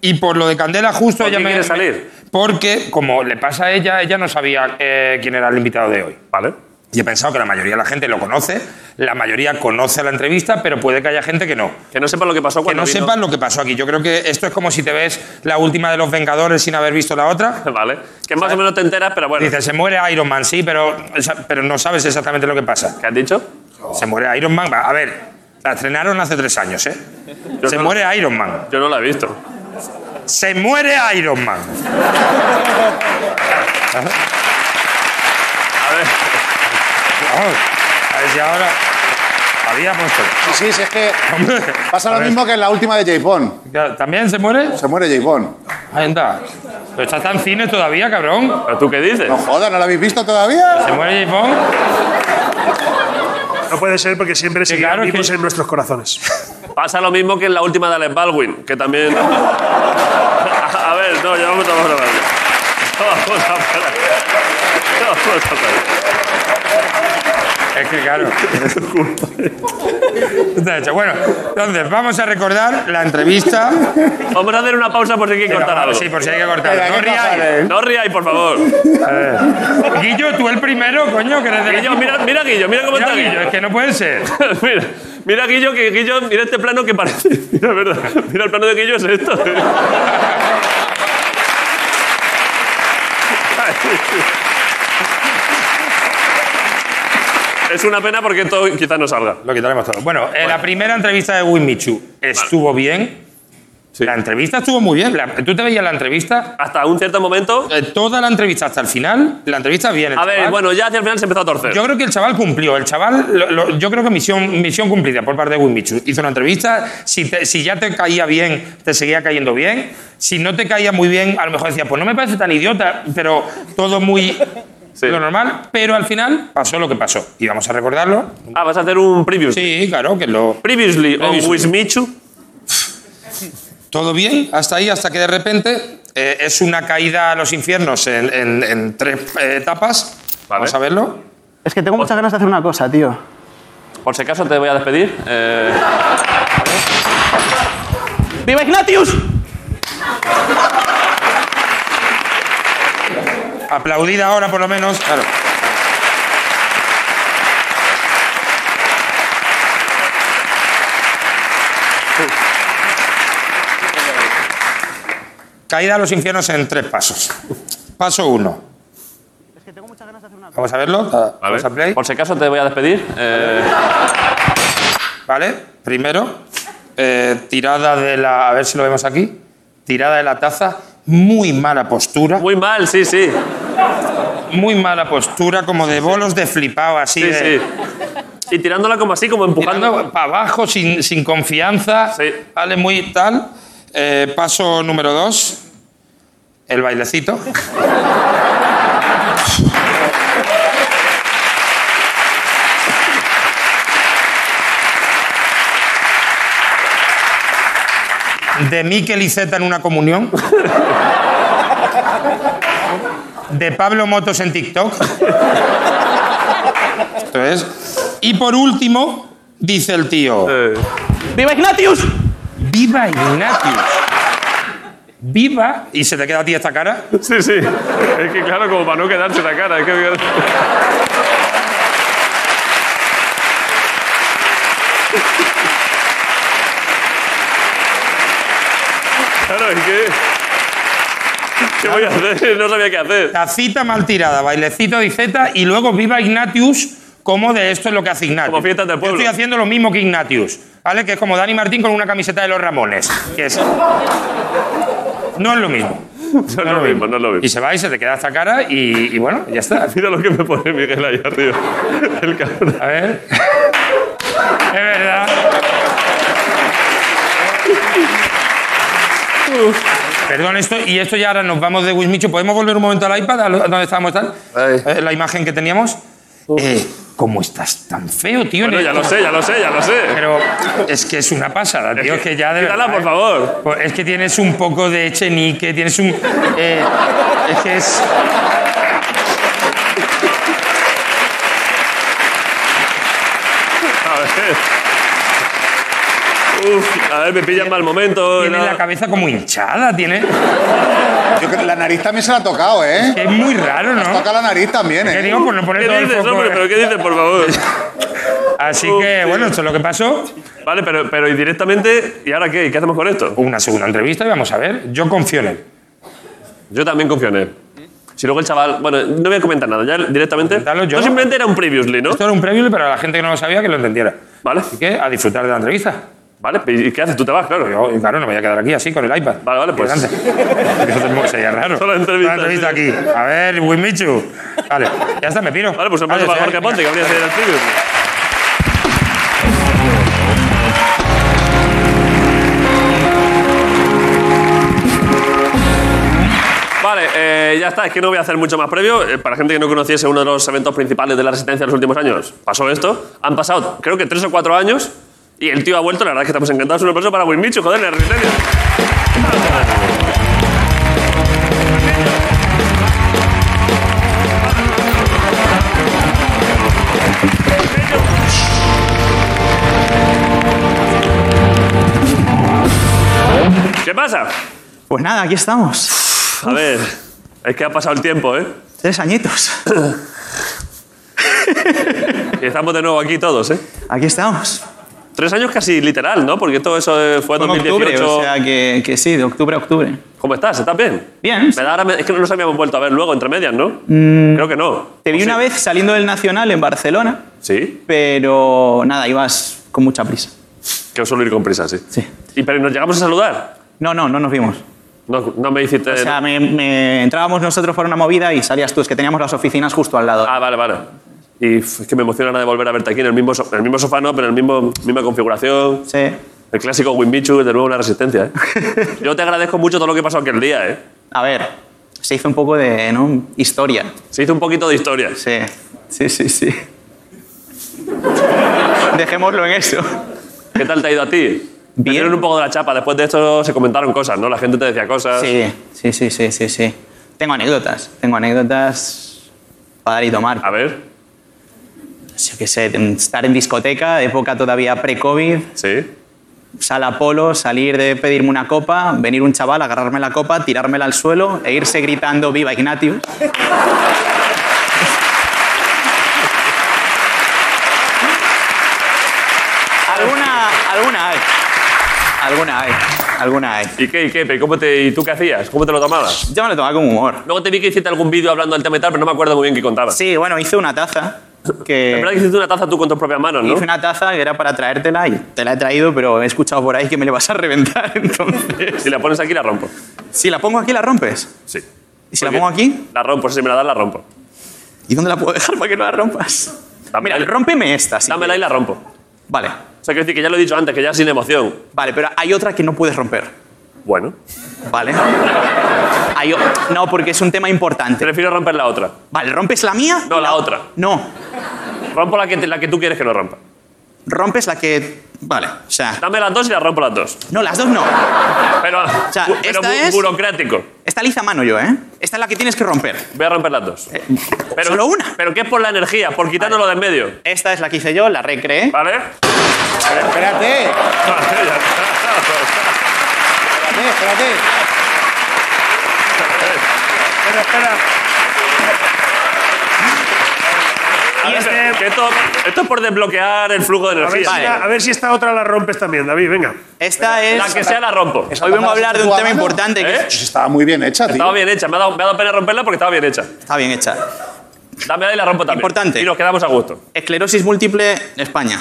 y por lo de Candela, justo
¿Por
ella
qué
me.
quiere salir?
Porque, como le pasa a ella, ella no sabía eh, quién era el invitado de hoy.
Vale.
Y he pensado que la mayoría de la gente lo conoce, la mayoría conoce la entrevista, pero puede que haya gente que no.
Que no sepa lo que pasó
Que
cuando
no
vino.
sepan lo que pasó aquí. Yo creo que esto es como si te ves la última de los Vengadores sin haber visto la otra.
Vale. Que más o menos te enteras, pero bueno.
Dices, se muere Iron Man, sí, pero, pero no sabes exactamente lo que pasa.
¿Qué has dicho?
Se muere Iron Man. Va, A ver, la estrenaron hace tres años, ¿eh?
Yo
se
no-
muere Iron Man.
Yo no la he visto.
Se muere Iron Man.
A ver.
Vamos, a ver si ahora. Habíamos.
Sí, sí, sí, es que
Hombre,
pasa
a
lo
ver.
mismo que en la última de J. Bond.
Ya, ¿También se muere?
Se muere J. Bond.
Ahí está. Pero está tan cine todavía, cabrón.
¿Pero tú qué dices?
No joda, ¿no la habéis visto todavía?
Se muere J-Bone.
No puede ser porque siempre se
claro que-
vivos en nuestros corazones.
Pasa lo mismo que en la última de Alex Baldwin, que también. a ver, no, llevamos todos los Vamos a parar. Vamos a parar.
Es que claro. Está hecho. Bueno, entonces vamos a recordar la entrevista.
Vamos a hacer una pausa por si hay que cortar algo. Eh,
Sí, por si hay que cortar.
Venga,
No
que no
ríais.
sale.
No os riáis, por favor.
Guillo, tú el primero, coño, que eres de
Guillo, mira, mira a Guillo, mira cómo está Guillo.
es que no puede ser.
mira, mira a Guillo, que Guillo, mira este plano que parece. Mira, verdad. Mira el plano de Guillo, es esto. Es una pena porque esto quizás no salga.
Lo quitaremos todo. Bueno, eh, la primera entrevista de Winmichu estuvo bien. La entrevista estuvo muy bien. La- tú te veías la entrevista,
Hasta un cierto momento.
eh, toda la entrevista hasta el final, la entrevista bien. el
A ver,
chaval.
bueno, ya hacia el final se empezó a torcer.
Yo creo que el chaval cumplió. El chaval, lo- lo- yo creo que misión, misión cumplida por parte de Winmichu. Hizo una entrevista. Si, te- si ya te caía bien, te seguía cayendo bien. Si no te caía muy bien, a lo mejor decías, pues no me parece tan idiota, pero todo muy
Sí.
lo normal. Pero al final pasó lo que pasó. Y vamos a recordarlo.
Ah, vas a hacer un preview.
Sí, claro, que lo.
Previously on
Previously.
Wismichu.
Todo bien, hasta ahí, hasta que de repente eh, es una caída a los infiernos en, en- en tres eh, etapas.
Vale.
Vamos a verlo.
Es que tengo muchas ganas de hacer una cosa, tío.
Por si acaso te voy a despedir. Eh,
¡Viva Ignatius!
Aplaudida ahora, por lo menos. Claro. Caída a los infiernos en tres pasos. Paso uno. Vamos a verlo.
Ah.
Vamos a play.
Por si acaso te voy a despedir. Eh,
¿Vale? Primero, eh, tirada de la. A ver si lo vemos aquí. Tirada de la taza. Muy mala postura.
muy mal, sí, sí.
Muy mala postura, como de bolos de flipado, así.
Sí, eh.
de-
sí. Y tirándola como así, como empujando.
para abajo, sin, sin confianza.
Sí.
Vale, muy tal. Eh, paso número dos. El bailecito. De Miquel y Zeta en una comunión. De Pablo Motos en TikTok. Esto es. Y por último, dice el tío.
Eh,
¡Viva Ignatius!
Viva Ignatius. Viva. Y se te queda a ti esta cara.
Sí, sí. Es que claro, como para no quedarse la cara. Es que... Claro, es que... ¿Qué voy a hacer? No sabía qué hacer.
Tacita mal tirada, bailecito de Z y luego viva Ignatius como de esto es lo que hace Ignatius.
Como fiestas del
Yo
pueblo.
estoy haciendo lo mismo que Ignatius, ¿vale? Que es como Dani Martín con una camiseta de los Ramones. Que es... No es lo mismo.
No es lo mismo, no es lo mismo.
Y se va y se te queda esta cara y, y bueno, ya está.
Mira lo que me pone Miguel ahí arriba. El cabrón.
A ver. es verdad. Perdón, esto, y esto ya ahora nos vamos de Wismichu. ¿Podemos volver un momento al iPad, a lo- a donde estábamos tal?
Ahí.
Eh, la imagen que teníamos. Eh, ¿Cómo estás tan feo, tío?
Bueno, ya lo sé, ya lo sé, ya lo sé.
Pero es que es una pasada, tío. Es que ya de
Quítala,
verdad,
por
eh.
favor.
Pues Es que tienes un poco de chenique, tienes un. eh, es que es.
A ver. Uf, a ver, me pilla en mal momento.
Tienes
¿no?
la cabeza como hinchada, tiene.
Yo creo- la nariz también se la ha tocado, ¿eh?
Es muy raro, ¿no?
Toca la nariz también,
¿Qué
¿eh?
digo? Por no poner
¿Qué
todo el
dices,
foco,
hombre?
eh.
¿Pero qué dices, por favor?
Así
Uf,
que,
sí.
bueno, esto es lo que pasó.
Vale, pero, pero ¿y directamente? ¿Y ahora qué? ¿Qué hacemos con esto?
Una segunda entrevista y vamos a ver. Yo confío en él.
Yo también confío en él. Si luego el chaval... Bueno, no voy a comentar nada, ya directamente...
Comentadlo Pues yo.
No, simplemente era un previously, ¿no?
Esto era un preview para la gente que no lo sabía que lo entendiera.
Vale,
Así que a disfrutar de la entrevista.
vale. ¿Y qué haces? Tú te vas, claro.
Yo, claro, no me voy a quedar aquí así con el iPad.
Vale, vale, pues.
Adelante. Entonces, Sería raro.
Solo entrevista,
Una entrevista aquí. A ver, Wimichu. Vale, ya está, me piro.
Vale, pues un paso
Adiós,
para
eh.
Jorge Ponte, que habría sido el previously. Vale, eh, ya está, es que no voy a hacer mucho más previo. Eh, para gente que no conociese uno de los eventos principales de la Resistencia en los últimos años, pasó esto. Han pasado, creo que tres o cuatro años, y el tío ha vuelto. La verdad es que estamos encantados. Un aplauso para Winmichu, joder, la Resistencia. pasa?
Pues nada, aquí estamos.
A ver, es que ha pasado el tiempo, ¿eh?
Tres añitos.
Y estamos de nuevo aquí todos, ¿eh?
Aquí estamos.
Tres años casi literal, ¿no? Porque todo eso eh, fue
Fue en
2018.
octubre, o sea que, que sí, de octubre a octubre.
¿Cómo estás? ¿Estás bien?
Bien.
Me da ahora- Es que no nos habíamos vuelto a ver luego, entre medias, ¿no? Creo que no.
Te vi
¿O sí?
una vez saliendo del Nacional en Barcelona,
Sí,
pero nada, ibas con mucha prisa.
que suelo ir con prisa, sí.
Sí.
¿Y pero nos llegamos a saludar?
No, no, no nos vimos.
No, no me hiciste...
O sea, me, me- entrábamos nosotros por una movida y salías tú, es que teníamos las oficinas justo al lado.
Ah, vale, vale. Y f- es que me emociona ahora de volver a verte aquí en el mismo, so- en el mismo sofá, no, pero en la misma configuración.
Sí.
El clásico Winbichu, de nuevo una resistencia. ¿eh? Yo te agradezco mucho todo lo que pasó aquel día. ¿eh?
A ver, se hizo un poco de ¿no? historia.
Se hizo un poquito de historia.
Sí, sí, sí, sí. Dejémoslo en eso.
¿Qué tal te ha ido a ti? Te
Bien.
dieron un poco de la chapa. Después de esto se comentaron cosas, ¿no? La gente te decía cosas.
Sí, sí, sí, sí, sí, sí. Tengo anécdotas, tengo anécdotas para dar y tomar.
A ver,
Yo qué sé, estar en discoteca, época todavía pre-COVID,
sí.
sala polo, salir de pedirme una copa, venir un chaval, agarrarme la copa, tirármela al suelo e irse gritando ¡Viva Ignatius! alguna, alguna hay. Alguna hay, alguna hay.
¿Y qué, y qué? ¿Y cómo te, ¿Y tú qué hacías? ¿Cómo te lo tomabas?
Yo me lo tomaba con humor.
Luego te vi que hiciste algún vídeo hablando del tema y tal, pero no me acuerdo muy bien qué contabas.
Sí, eh, bueno, hice una taza
Es verdad
que...
que hiciste una taza tú con tus propias manos, ¿no?
Hice una taza que era para traértela y te la he traído, pero he escuchado por ahí que me le vas a reventar, entonces...
Si la pones aquí, la rompo.
Si la pongo aquí, la rompes.
Sí.
¿Y si la
Porque
pongo aquí?
La rompo, si me la das, la rompo.
¿Y dónde la puedo dejar para que no la rompas?
Dámela,
Mira, rómpeme esta. sí.
dámela y la rompo.
Vale,
O sea, quiero decir que ya lo he dicho antes, que ya sin emoción.
vale, pero hay otra que no puedes romper.
Bueno,
Vale. Hay o- no, porque es un tema importante.
prefiero romper la otra.
Vale, ¿rompes la mía?
No, la otra.
No,
Rompo la que, te- la que tú quieres que no rompa.
rompes la que... Vale, o sea...
Dame las dos y las rompo las dos.
No, las dos no.
Pero,
sea,
bu- pero
esta
bu-
es-
burocrático.
Esta lisa a mano yo, ¿eh? Esta es la que tienes que romper.
Voy a romper las dos. Pero,
Eh, ¿solo una? Eh.
Pero que es por la energía, por quitárnoslo de en medio.
Esta es la que hice yo, la recreé.
¿Vale?
Espérate, espérate, espérate.
Espera, espera.
A ver,
este-
que esto, esto es por desbloquear el flujo de
A ver,
energía.
si, a ver si esta otra la rompes también, David, venga.
Esta es...
La que sea la rompo.
Esa
Hoy vengo
taza
a hablar de un
la
tema
has hecho tú a mano.
importante que
¿Eh?
Pues estaba muy bien hecha, tío.
Estaba bien hecha, me ha, dado, me ha dado pena romperla porque estaba bien hecha.
está bien hecha.
Dámela y la rompo también.
Importante.
Y nos quedamos a gusto.
Esclerosis múltiple, España.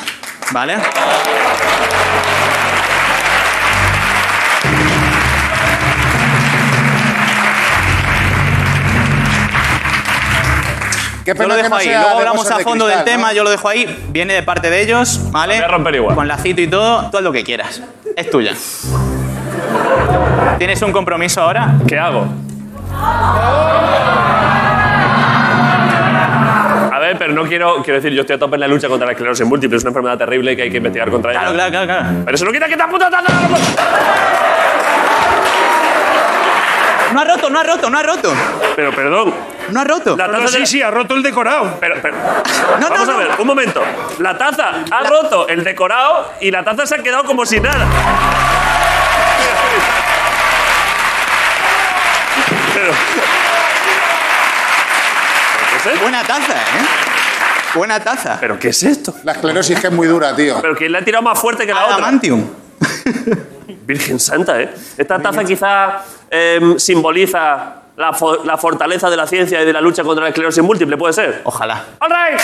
¿Vale?
Qué
Yo
pena
lo
que
dejo
no
ahí.
sea
Luego
de
hablamos
cosas
a
de
fondo del
cristal,
tema,
¿no?
yo lo dejo ahí. Viene de parte de ellos, ¿vale?
La voy a romper igual.
Con lacito y todo, tú haz lo que quieras. Es tuya. ¿Tienes un compromiso ahora?
¿Qué hago? A ver, pero no quiero. Quiero decir, yo estoy a tope en la lucha contra la esclerosis múltiple. Es una enfermedad terrible que hay que investigar contra ella.
Claro, claro, claro. claro.
Pero eso no quita que esta puta taza la rompa.
No ha roto, no ha roto, no ha roto.
Pero perdón.
No ha roto.
La
No,
taza. de
sí,
la-
sí, ha roto el decorado.
Pero, pero-
No,
Vamos a
no, no.
ver, un momento. La taza ha roto el decorado y la taza se ha quedado como si nada. Pero. ¿Pero qué es esto?
Buena taza, ¿eh? Buena taza.
¿Pero qué es esto?
La esclerosis que es muy dura, tío.
Pero que le ha tirado más fuerte que la otra.
Adamantium.
Virgen Santa, ¿eh? Esta taza quizá em, simboliza la, fo- la fortaleza de la ciencia y de la lucha contra la esclerosis múltiple, ¿puede ser?
Ojalá.
¡All right!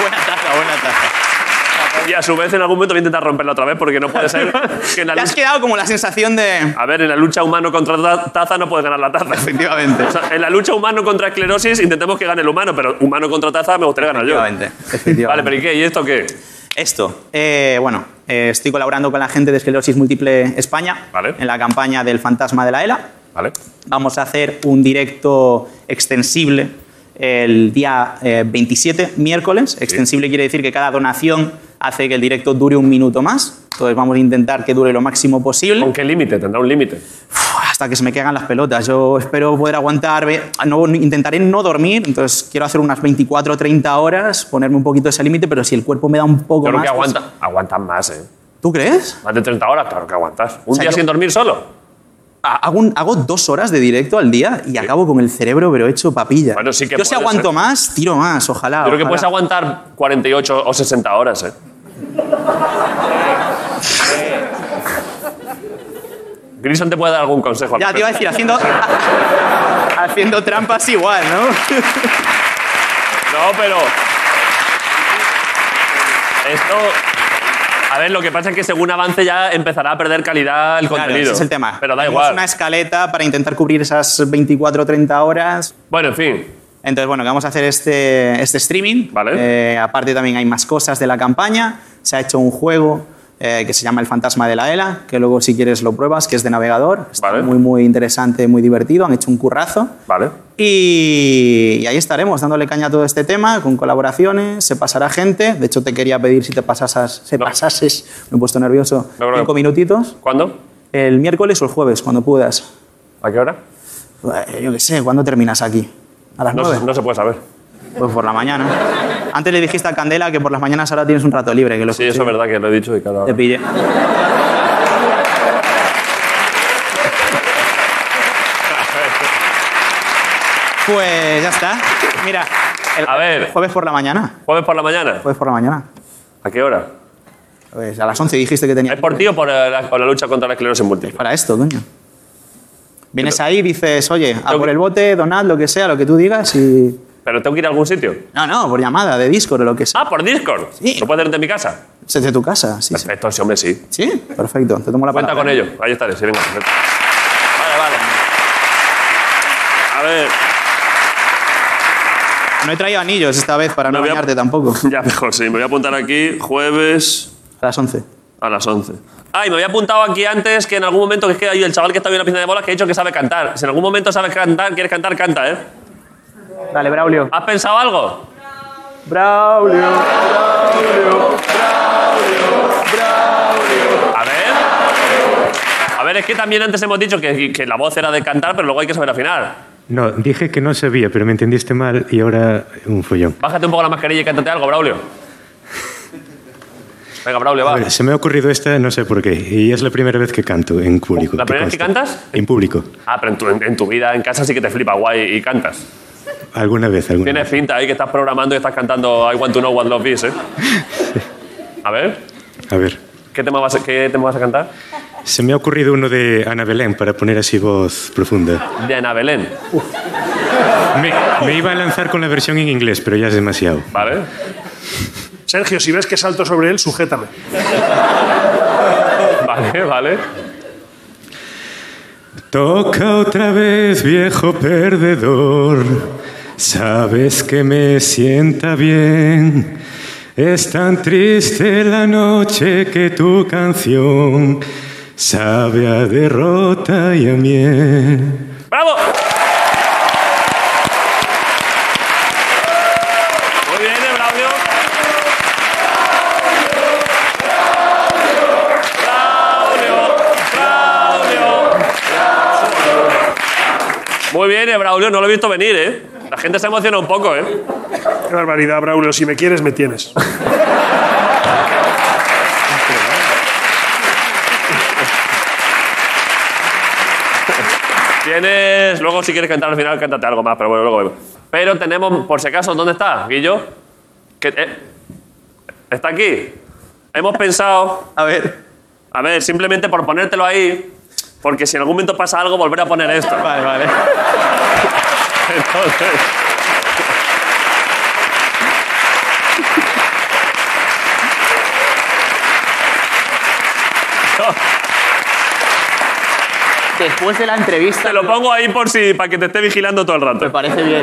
Buena taza, buena taza.
Y a su vez en algún momento voy a intentar romperla otra vez porque no puede ser que en la
Te has
lucha...
quedado como la sensación de...
A ver, en la lucha humano contra ta- taza no puede ganar la taza.
Efectivamente.
O sea, en la lucha humano contra esclerosis intentemos que gane el humano, pero humano contra taza me gustaría ganar yo.
Efectivamente, efectivamente.
Vale, pero ¿y qué? ¿Y esto qué?
Esto, eh, bueno, eh, estoy colaborando con la gente de Esclerosis Múltiple España
Vale.
en la campaña del Fantasma de la E ELA.
Vale.
Vamos a hacer un directo extensible el día eh, 27, miércoles. Extensible quiere decir que cada donación hace que el directo dure un minuto más. Entonces vamos a intentar que dure lo máximo posible.
¿Con qué límite? Tendrá un límite.
Uf, hasta que se me caigan las pelotas. Yo espero poder aguantar, ve- no, intentaré no dormir, entonces quiero hacer unas 24 o 30 horas, ponerme un poquito ese límite, pero si el cuerpo me da un poco
Yo creo
más...
que
pues-
aguanta. Aguantan más, ¿eh?
¿Tú crees?
Más de 30 horas, claro que aguantas. ¿Un
O sea,
día
yo-
sin dormir solo? Ah,
Ha- Hago, un- hago dos horas de directo al día y acabo con el cerebro, pero hecho papilla.
Bueno, sí que
Yo si
puede
aguanto
ser.
más, tiro más, ojalá.
Yo creo que
ojalá.
puedes aguantar 48 o 60 horas, ¿eh? Grison te puede dar algún consejo. al
Ya, te iba a
respecto.
decir, haciendo, haciendo trampas igual, ¿no?
No, pero. Esto. A ver, lo que pasa es que según avance ya empezará a perder calidad el
Claro,
contenido.
ese es el tema.
Pero da
Tenemos
igual.
una escaleta para intentar cubrir esas 24 o 30 horas.
Bueno, en fin.
Entonces, bueno, que vamos a hacer este, este streaming.
Vale.
Eh, aparte también hay más cosas de la campaña. Se ha hecho un juego eh, que se llama El Fantasma de la Ela, que luego si quieres lo pruebas, que es de navegador. Está
Vale.
muy, muy interesante, muy divertido. Han hecho un currazo.
Vale.
Y, y ahí estaremos dándole caña a todo este tema, con colaboraciones, se pasará gente. De hecho, te quería pedir si te pasasas, se
No.
pasases, me he puesto nervioso,
No, no, no.
cinco minutitos.
¿Cuándo?
El miércoles o el jueves, cuando puedas.
¿A qué hora?
Eh, Yo qué sé, ¿cuándo terminas aquí? ¿A las
No,
nueve?
se- no se puede saber.
Pues por la mañana. Antes le dijiste a Candela que por las mañanas ahora tienes un rato libre. Que lo
Sí, eso es verdad que lo he dicho y claro.
Te
ahora-
pille. Pues ya está. Mira, el
A ver.
jueves por la mañana.
¿Jueves por la mañana?
Jueves por la mañana.
¿A qué hora?
Pues a las 11 dijiste que tenía.
¿Es por ti o por eh, la, o la lucha contra la esclerosis múltiple?
Para esto, coño. Vienes ahí, dices, oye, a por el bote, donad, lo que sea, lo que tú digas y.
¿Pero tengo que ir a algún sitio?
No, no, por llamada, de Discord o lo que sea.
Ah, por Discord.
Sí.
¿Lo puedo hacer desde mi casa?
Desde tu casa, sí. sí.
Ah. Perfecto, sí, hombre, sí.
Sí, perfecto. Te tomo la
Cuenta
palabra.
con ello. Ahí estaré, sí, venga. perfecto. Vale, vale. A ver,
No he traído anillos esta vez para no,
No, voy a-
bañarte tampoco.
ya mejor, sí. Me voy a apuntar aquí jueves
A las 11.
a las 11. Ay, me había apuntado aquí antes que en algún momento, que es que hay el chaval que está viendo la piscina de bolas que ha dicho que sabe cantar. Si en algún momento sabes cantar, quieres cantar, canta, ¿eh?
Dale, Braulio.
¿Has pensado algo?
Braulio.
A ver. A ver, es que también antes hemos dicho que, que la voz era de cantar, pero luego hay que saber afinar.
No, dije que no sabía, pero me entendiste mal y ahora un follón.
Bájate un poco la mascarilla y cántate algo, Braulio. Venga, Braulio, va.
A ver, se me ha ocurrido esta, no sé por qué, y es la primera vez que canto en público.
¿La primera vez que
conste.
cantas?
En público.
Ah, pero en tu, en- en tu vida, en casa sí que te flipa guay y cantas.
Alguna vez, alguna
Tienes
vez.
pinta ahí que estás programando y estás cantando I want to know what love is, ¿eh? A ver,
A ver,
¿qué tema vas a, qué tema vas a cantar?
se me ha ocurrido uno de Ana Belén para poner así voz profunda.
De Ana Belén,
Me, me iba a lanzar con la versión en inglés, pero ya es demasiado.
¿vale?
Sergio, si ves que salto sobre él, sujétame.
Vale, vale.
Toca otra vez, viejo perdedor. Sabes que me sienta bien. Es tan triste la noche que tu canción sabe a derrota y a miel.
¡Bravo! Muy bien, ¿eh, Braulio. Braulio, Braulio, Braulio. Muy bien, eh, Braulio, no lo he visto venir, ¿eh? La gente se emociona un poco, ¿eh?
Qué barbaridad, Braulio. Si me quieres, me tienes.
Tienes. Luego, si quieres cantar al final, cántate algo más, pero bueno, luego vemos. Pero tenemos, por si acaso, ¿dónde está, Guillo? Que, eh, ¿Está aquí? Hemos pensado.
A ver.
A ver, simplemente por ponértelo ahí, porque si en algún momento pasa algo, volver a poner esto.
Vale, vale.
Entonces.
Después de la entrevista.
Te lo pongo ahí por si, para que te esté vigilando todo el
Me
rato.
parece bien.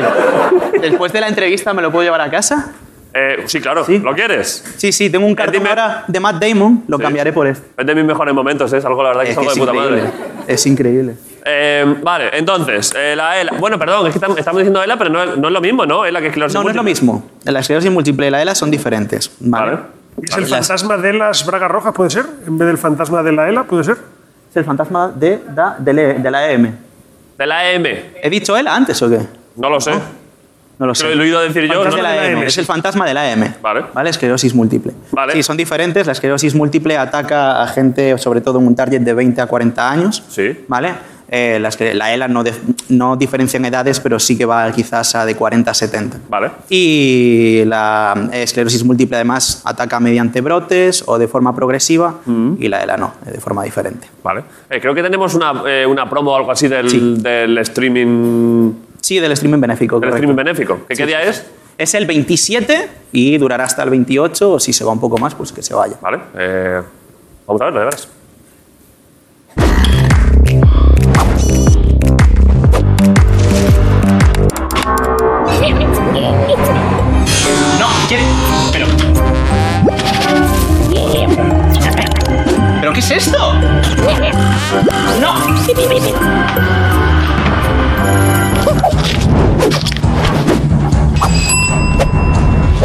Después de la entrevista, ¿me lo puedo llevar a casa?
Eh, sí, claro.
Sí.
¿Lo quieres?
Sí, sí, tengo un cartón
Dime.
ahora de Matt Damon, lo
Sí.
cambiaré por este.
Es de mis mejores momentos, ¿eh? es algo, la verdad, que es algo de puta
increíble.
madre.
Es increíble.
Eh, vale, entonces, eh, la ELA. Bueno, perdón, es que tam- estamos diciendo ELA, pero no, es- no es lo mismo, ¿no? ELA que esclerosis
No, no es lo
múltiple.
mismo. La esclerosis múltiple y la ELA son diferentes. Vale.
Vale.
¿Es el
Las-
fantasma de las bragas rojas, puede ser? En vez del fantasma de la ELA, puede ser.
es el fantasma de, da- de, le- de la EM.
De la M.
¿He dicho él antes o qué?
No lo sé.
No lo
Pero
sé.
lo he oído decir yo,
Fantasma
no E
de la EM, Es el fantasma de la EM.
Vale.
¿Vale? Esclerosis múltiple.
Vale.
Sí, son diferentes. La esclerosis múltiple ataca a gente, sobre todo en un target de 20 a 40 años.
Sí.
¿Vale? Eh, la, escle- la ELA no, de- no diferencia en edades, pero sí que va quizás a de 40 a 70.
Vale.
Y la esclerosis múltiple además ataca mediante brotes o de forma progresiva
Mm.
y la ELA no, de forma diferente.
Vale. Eh, creo que tenemos una, eh, una promo o algo así del,
Sí.
del streaming.
Sí, del streaming benéfico.
Del
correcto.
streaming benéfico. ¿Qué, qué día es?
Es el 27 y durará hasta el 28 o si se va un poco más, pues que se vaya.
Vale. eh, vamos a verlo, de veras.
No, ¿quiere? Pero. ¿Pero qué es esto? No.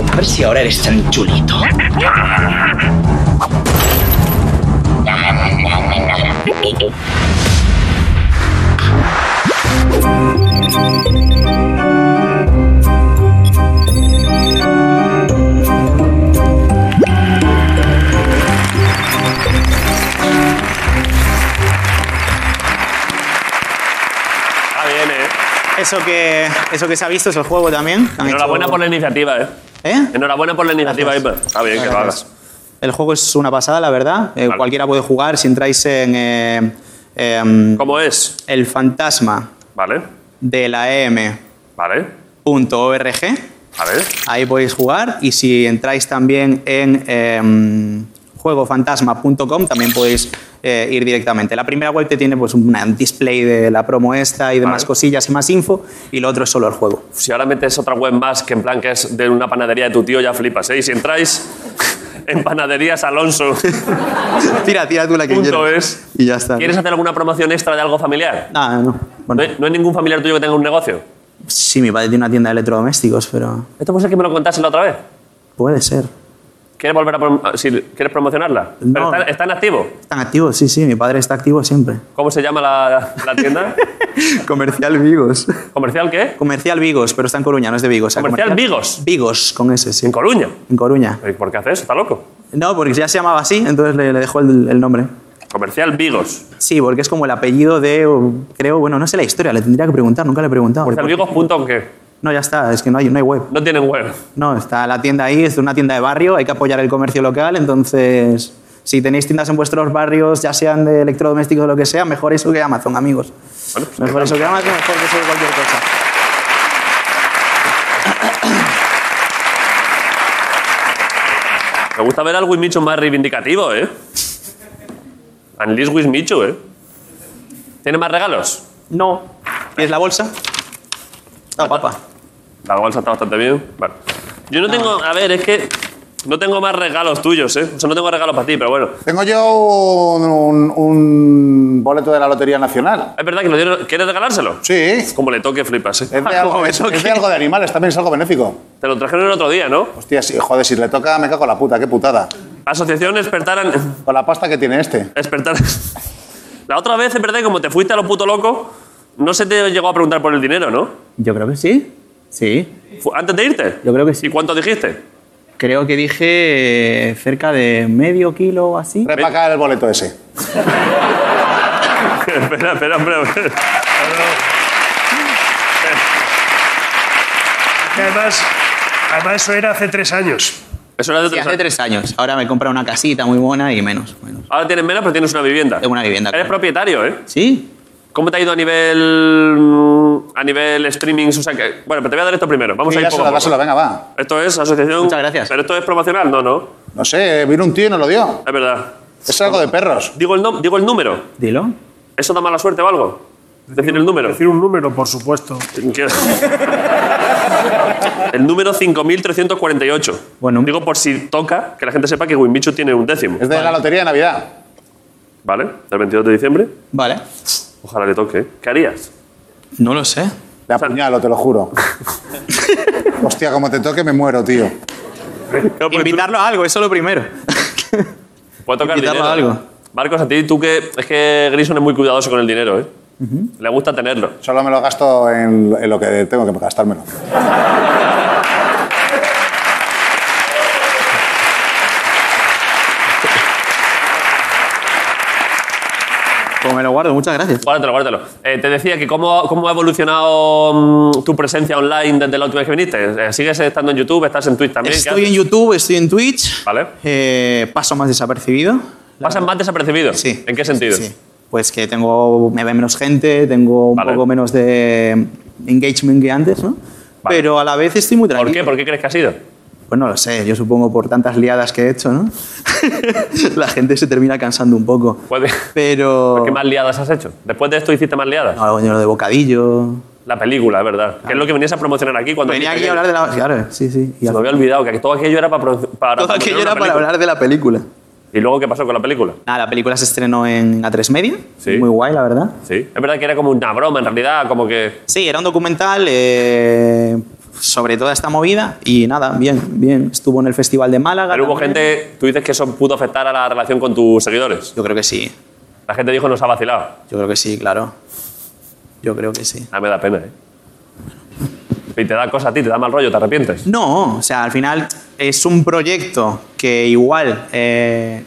A ver si ahora eres tan chulito.
Ah, bien, eh.
Eso que, eso que se ha visto es el juego también. Han
Enhorabuena
hecho-
por la iniciativa, eh.
¿Eh?
Enhorabuena por la iniciativa, Iper. Está bien que lo hagas.
El juego es una pasada, la verdad. Eh,
Vale.
Cualquiera puede jugar si entráis en eh, em,
¿Cómo es?
el fantasma
Vale.
de la E EM.org.
Vale. Vale.
Ahí podéis jugar y si entráis también en em, juegofantasma.com también podéis eh, ir directamente. La primera web te tiene pues un display de la promo esta y demás
Vale.
cosillas y más info y lo otro es solo el juego.
Si ahora metes otra web más que en plan que es de una panadería de tu tío, ya flipas, ¿eh? Y si entráis en panaderías Alonso,
tira, tira tú la que
punto
quieras.
es.
Y ya está.
¿Quieres ¿Eh? hacer alguna promoción extra de algo familiar?
Ah, no.
¿No
Bueno,
hay, no hay ningún familiar tuyo que tenga un negocio?
sí, mi padre tiene una tienda de electrodomésticos, pero
Esto puede ser que me lo contases la otra vez.
puede ser.
¿Quieres volver a prom- si quieres promocionarla?
No.
Pero está, está en activo.
Están activos, sí, sí, mi padre está activo siempre.
¿Cómo se llama la, la tienda?
Comercial Vigos.
¿Comercial qué?
Comercial Vigos, pero está en Coruña, no es de Vigos. o sea,
Comercial Vigos.
Vigos, con ese, sí.
En Coruña.
En Coruña.
¿Y ¿Por qué haces? ¿Está loco?
No, porque ya se llamaba así, entonces le, le dejó el, el nombre.
Comercial Vigos.
Sí, porque es como el apellido de, o, creo, bueno, no sé la historia, le tendría que preguntar, nunca le he preguntado.
Comercialvigos.com.
No, ya está, es que no hay, no hay web.
No tienen web.
No, está la tienda ahí, es una tienda de barrio, hay que apoyar el comercio local, entonces si tenéis tiendas en vuestros barrios, ya sean de electrodomésticos o lo que sea, mejor eso que Amazon, amigos.
Bueno, pues,
Mejor eso que Amazon, mejor que eso que cualquier cosa.
Me gusta ver al Wismichu más reivindicativo, ¿eh? Unleash Wismichu, ¿eh? ¿Tiene más regalos?
No. ¿Tienes la bolsa? No, papá.
La bolsa está bastante bien. Vale. Yo no tengo... A ver, es que... No tengo más regalos tuyos, ¿eh? O sea, no tengo regalos para ti, pero bueno.
Tengo yo un, un- un boleto de la Lotería Nacional.
Es verdad que lo tiene- ¿Quieres regalárselo?
Sí.
Como le toque, flipas, ¿eh?
Es de, algo, es de algo de animales, también es algo benéfico.
Te lo trajeron el otro día, ¿no?
Hostia, si- joder, si le toca, me cago en la puta, qué putada.
Asociación Espertaran...
Con la pasta que tiene este.
despertar. La otra vez, en verdad, como te fuiste a lo puto loco, no se te llegó a preguntar por el dinero, ¿no?
Yo creo que sí. Sí.
Fu- ¿Antes de irte?
Yo creo que sí.
¿Y cuánto dijiste?
Creo que dije eh, cerca de medio kilo o así.
Repaca el boleto ese.
espera, espera, espera. espera.
Que además, además, eso era hace tres años.
Eso era de
Sí,
tres
hace
años.
tres años. Ahora me he comprado una casita muy buena y menos. menos.
Ahora tienes menos, pero tienes una vivienda.
Tengo una vivienda,
Eres
claro.
propietario, ¿eh?
¿Sí?
¿Cómo te ha ido a nivel. mm, a nivel streaming? O sea, que- bueno, pero te voy a dar esto primero. Vamos
Sí,
a ir poco
dásela,
a
dásela,
poco.
venga, va.
Esto es asociación.
Muchas gracias.
Pero esto es promocional, no, no.
No sé, vino un tío y nos lo dio.
Es verdad.
Es algo de perros.
Digo el, nom- digo el número.
Dilo.
¿Eso da mala suerte o algo? Decir el número.
Decir un número, por supuesto.
Quiero- El número 5348.
Bueno.
Digo por si toca, que la gente sepa que Winbichu tiene un décimo.
Es de la Lotería de Navidad.
¿Vale? El 22 de diciembre.
Vale.
Ojalá le toque. ¿eh? ¿Qué harías?
No lo sé.
Le apuñalo, te lo juro. Hostia, como te toque me muero, tío.
No, porque tú-
Invitarlo a algo, eso lo primero.
Puede tocar
Invitarlo
dinero.
a algo.
Marcos, a ti tú que. Es que Grison es muy cuidadoso con el dinero, ¿eh? Le gusta tenerlo.
Solo me lo gasto en, en lo que tengo que gastármelo.
Pues me lo guardo, muchas gracias.
Guárdatelo, guárdatelo. Eh, te decía que cómo, cómo ha evolucionado mm, tu presencia online desde la última vez que viniste. Eh, ¿Sigues estando en YouTube? ¿Estás en Twitch también? ¿Qué
Estoy en
haces?
YouTube, estoy en Twitch.
Vale.
Eh, paso más desapercibido.
¿Pasas más desapercibido?
Sí.
¿En qué sentido?
Sí. Pues que tengo, me ve menos gente, tengo un
Vale.
poco menos de engagement que antes, ¿no?
Vale.
Pero a la vez estoy muy
¿Por
tranquilo.
qué? ¿Por qué crees que ha sido?
Pues no lo sé, yo supongo por tantas liadas que he hecho, ¿no? la gente se termina cansando un poco.
Puede-
Pero...
¿Qué más liadas has hecho? Después de esto hiciste más liadas.
No, algo de bocadillo.
La película, es verdad. Que es lo que venías a promocionar aquí cuando
Venía aquí
viniste
a hablar de la... Claro, sí, sí. Y
Se me había olvidado que todo aquello era para, pro- para
Todo aquello
promocionar
era
una
para
película.
hablar de la película.
¿Y luego qué pasó con la película?
Nada, la película se estrenó en A3 Media.
Sí.
Muy guay, la verdad.
Sí. Es verdad que era como una broma, en realidad, como que.
Sí, era un documental eh, sobre toda esta movida y nada, bien, bien. Estuvo en el Festival de Málaga.
Pero hubo
también.
gente. Tú dices que eso pudo afectar a la relación con tus seguidores.
Yo creo que sí,
La gente dijo nos ha vacilado.
yo creo que sí, claro. Yo creo que sí.
Ah, me da pena, ¿eh? Y te da cosa a ti, te da mal rollo, te arrepientes.
No, o sea, al final es un proyecto que igual. eh,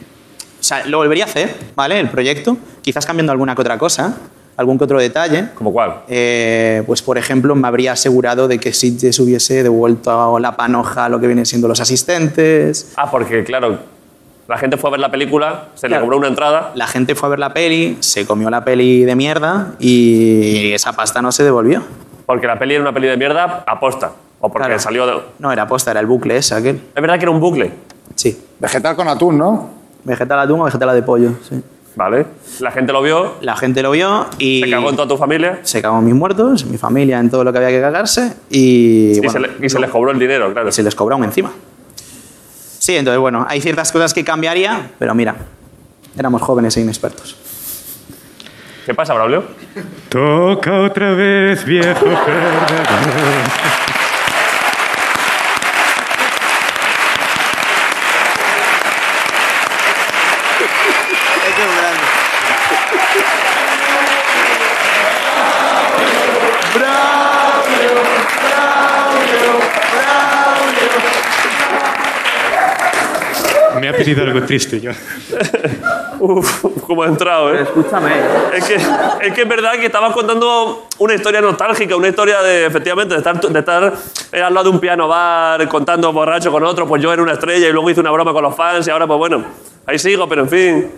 o sea, lo volvería a hacer, ¿vale? El proyecto, quizás cambiando alguna que otra cosa, algún que otro detalle.
¿Como cuál?
Eh, pues por ejemplo me habría asegurado de que Sitges hubiese devuelto la panoja a lo que vienen siendo los asistentes.
Ah, porque claro, la gente fue a ver la película, se le
Claro.
cobró una entrada.
La gente fue a ver la peli, se comió la peli de mierda y esa pasta no se devolvió.
Porque la peli era una peli de mierda aposta. O porque
Claro.
salió de.
No era posta, era el bucle ese, aquel.
Es verdad que era un bucle.
Sí.
Vegetal con atún, ¿no?
Vegetal atún o vegetal de pollo. sí.
¿Vale? La gente lo vio,
La gente lo vio y.
se cagó en toda tu familia
se cagó en mis muertos, en mi familia, en todo lo que había que cagarse y.
y,
bueno,
se, le- y se les cobró el dinero, claro.
se les cobra aún encima. Sí, entonces bueno, hay ciertas cosas que cambiaría, pero mira, éramos jóvenes e inexpertos.
¿Qué pasa, Braulio?
Toca otra vez, viejo perdedor. Me ha pedido algo triste yo.
Uf, cómo ha entrado, ¿eh?
Escúchame.
Es que, es que es verdad que estabas contando una historia nostálgica, una historia de, efectivamente, de estar, de estar eh, al lado de un piano bar, contando borracho con otro, pues yo era una estrella y luego hice una broma con los fans y ahora, pues bueno, ahí sigo, pero en fin.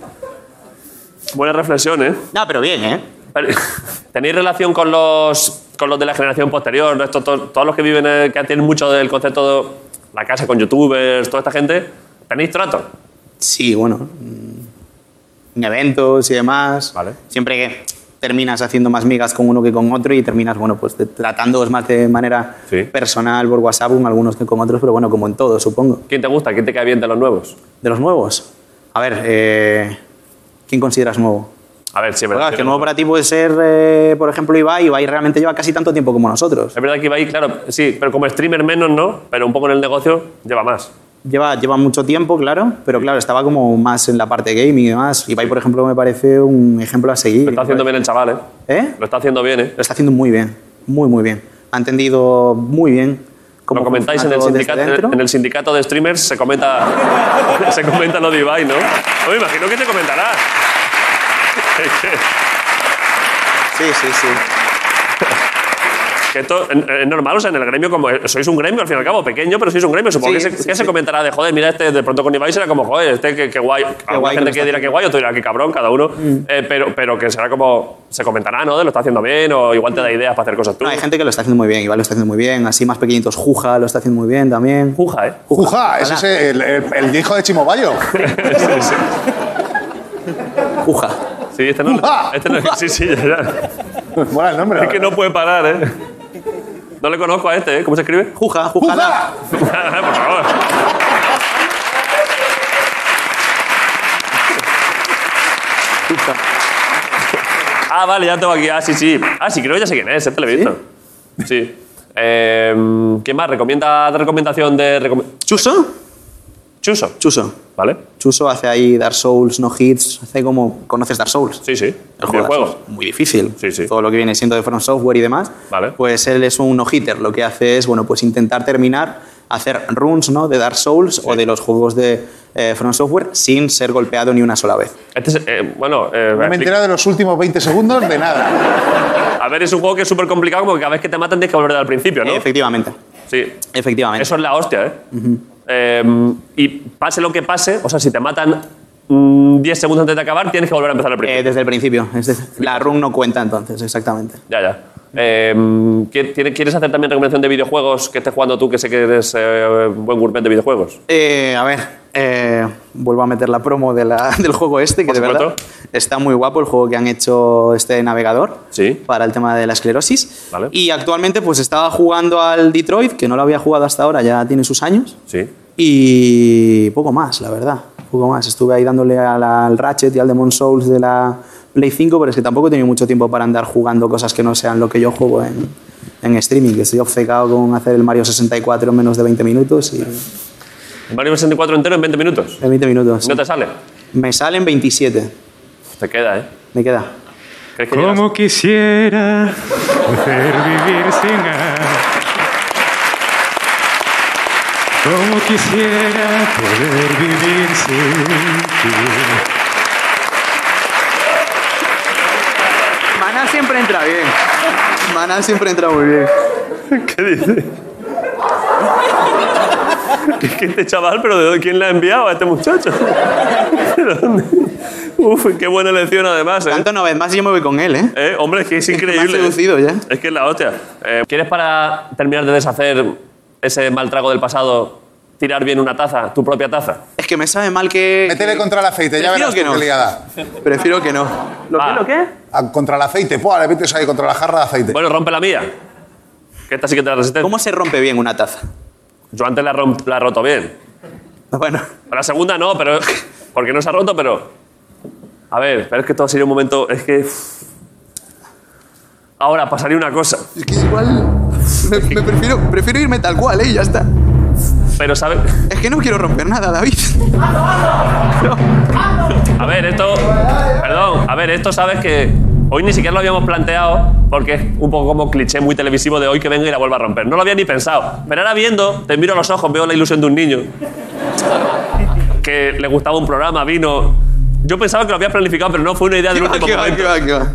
Buena reflexión, ¿eh?
No, pero bien, ¿eh?
Pero, ¿Tenéis relación con los, con los de la generación posterior? ¿no? Esto- to- todos los que viven, eh, que tienen mucho del concepto de la casa con youtubers, toda esta gente. ¿Tenéis trato?
Sí, bueno, mm, en eventos y demás.
Vale.
Siempre que terminas haciendo más migas con uno que con otro y terminas, bueno, pues de- tratándoos más de manera
Sí.
personal por WhatsApp con algunos que con otros, pero bueno, como en todo, supongo.
¿Quién te gusta? ¿Quién te cae bien de los nuevos?
De los nuevos. A ver, eh, ¿quién consideras nuevo?
A ver, sí, es
Claro,
verdad.
es que nuevo para ti puede ser, eh, por ejemplo, Ibai. Ibai realmente lleva casi tanto tiempo como nosotros.
Es verdad que Ibai, claro, sí, pero como streamer menos, ¿no? Pero un poco en el negocio lleva más.
Lleva, lleva mucho tiempo, claro, pero claro, estaba como más en la parte gaming y demás. Ibai, por ejemplo, me parece un ejemplo a seguir.
Lo está haciendo bien el chaval, ¿eh?
¿Eh?
Lo está haciendo bien, ¿eh?
Lo está haciendo muy bien, muy, muy bien. Ha entendido muy bien cómo
Lo comentáis en
funciona
el,
todo desde
sindicato,
este dentro.
en el sindicato de streamers, se comenta, se comenta lo de Ibai, ¿no? No me imagino que te comentará. Es que-
Sí, sí, sí.
Que esto en- en- es normal, o sea, en el gremio, como sois un gremio, al fin y al cabo, pequeño, pero sois un gremio. Supongo
Sí,
que, se,
sí,
que
sí.
se comentará de joder, mira, este de pronto con Ibai será como joder, este que, que guay. Hay
guay
gente
que Mm. lo
que,
está
dirá que guay, otro dirá que cabrón, cada uno. Eh, pero, pero que será como, se comentará, ¿no? De lo está haciendo bien o igual te da ideas para hacer cosas tú.
Mm. No, hay gente que lo está haciendo muy bien, Ibai lo está haciendo muy bien. Así más pequeñitos, Juja lo está haciendo muy bien también.
Juja, ¿eh?
Juja, ese es el, el- el hijo de Chimobayo.
Juja.
Sí, este no.
Juja.
Este no sí, sí, ya, ya.
Mola el nombre. la
Es que
verdad.
no puede parar, ¿eh? No le conozco a este, ¿eh? ¿Cómo se escribe?
Juja,
¡Juja!
Jujalá.
Por favor.
Juja.
Ah, vale, ya tengo aquí. Ah, sí, sí. Ah, sí, creo que ya sé quién es, este lo he visto. Sí. Em, Eh, ¿Quién más? ¿Recomienda recomendación de. recome-
¿Chuso?
Chuso.
Chuso.
¿Vale?
Chuso hace ahí Dark Souls, no hits, hace como... ¿Conoces Dark Souls?
Sí, sí.
El
juego.
Muy difícil.
Sí, sí.
Todo lo que viene siendo de From Software y demás.
Vale.
Pues él es un no-hitter. Lo que hace es, bueno, pues intentar terminar, hacer runs, ¿no? De Dark Souls o de los juegos de eh, From Software sin ser golpeado ni una sola vez.
Este es, eh, bueno, eh,
No me he
explica-
enterado de los últimos 20 segundos de nada.
a ver, es un juego que es súper complicado, como que cada vez que te matan tienes que volver al principio, ¿no?
Efectivamente.
Sí.
Efectivamente.
Eso es la hostia, ¿eh? Eh, Y pase lo que pase, o sea, si te matan mm, 10 segundos antes de acabar, tienes que volver a empezar al principio.
Eh, desde el principio. Es decir, la run no cuenta entonces, exactamente.
Ya, ya. Eh, ¿qui- tiene- ¿Quieres hacer también recomendación de videojuegos que estés jugando tú, que sé que eres eh, buen gourmet de videojuegos?
Eh, a ver, eh, vuelvo a meter la promo de la- del juego este, que
Por
de verdad
supuesto.
está muy guapo el juego que han hecho este navegador
Sí.
para el tema de la esclerosis.
Vale.
Y actualmente pues estaba jugando al Detroit, que no lo había jugado hasta ahora, ya tiene sus años.
Sí.
Y poco más, la verdad. Poco más. Estuve ahí dándole a la- al Ratchet y al Demon Souls de la Play 5, pero es que tampoco he tenido mucho tiempo para andar jugando cosas que no sean lo que yo juego en, en streaming. que Estoy obcecado con hacer el Mario 64 en menos de 20 minutos y.
Mario 64 entero en 20 minutos.
En 20 minutos.
No te sale.
Me salen 27.
Te queda, ¿eh?
Me queda.
¿Crees que llegas?
Como quisiera poder vivir sin nada. Como quisiera poder vivir sin ti.
Maná siempre entra bien. Maná siempre entra muy bien.
¿Qué dice? ¿Qué, qué este chaval? ¿Pero de dónde- quién le ha enviado a este muchacho? ¿De dónde? Uf, qué buena lección además, ¿eh?
Tanto no vez más yo me voy con él, ¿eh?
Eh, Hombre, es que es
Me ha
increíble.
seducido ya.
Es que es la hostia. Eh, ¿Quieres para terminar de deshacer ese mal trago del pasado, tirar bien una taza, tu propia taza?
Es que me sabe mal que.
Métele contra el aceite, ya
Prefiero
verás
que
tú
no.
qué liada.
Prefiero que no. ¿Lo
Va.
qué?
Ah, Contra el aceite, ¡pua! Le metes ahí contra la jarra de aceite.
Bueno, rompe la mía. Que esta sí que te la resistente.
¿Cómo se rompe bien una taza?
Yo antes la, rom- la he roto bien.
Bueno,
La segunda no, pero. Porque no se ha roto, pero. A ver, pero es que todo sería un momento. Es que. Ahora pasaría una cosa.
es que igual. Me, me prefiero, prefiero irme tal cual, ¿eh? Y Ya está.
Pero, ¿sabes?
Es que no quiero romper nada, David.
A ver, esto. Perdón, a ver, esto sabes que. Hoy ni siquiera lo habíamos planteado porque es un poco como cliché muy televisivo de hoy que venga y la vuelva a romper. No lo había ni pensado. Pero ahora viendo, te miro a los ojos, veo la ilusión de un niño que le gustaba un programa, vino. Yo pensaba que lo habías planificado, pero no fue una idea
¿Qué
del
va,
último
qué va,
momento.
qué va, qué va?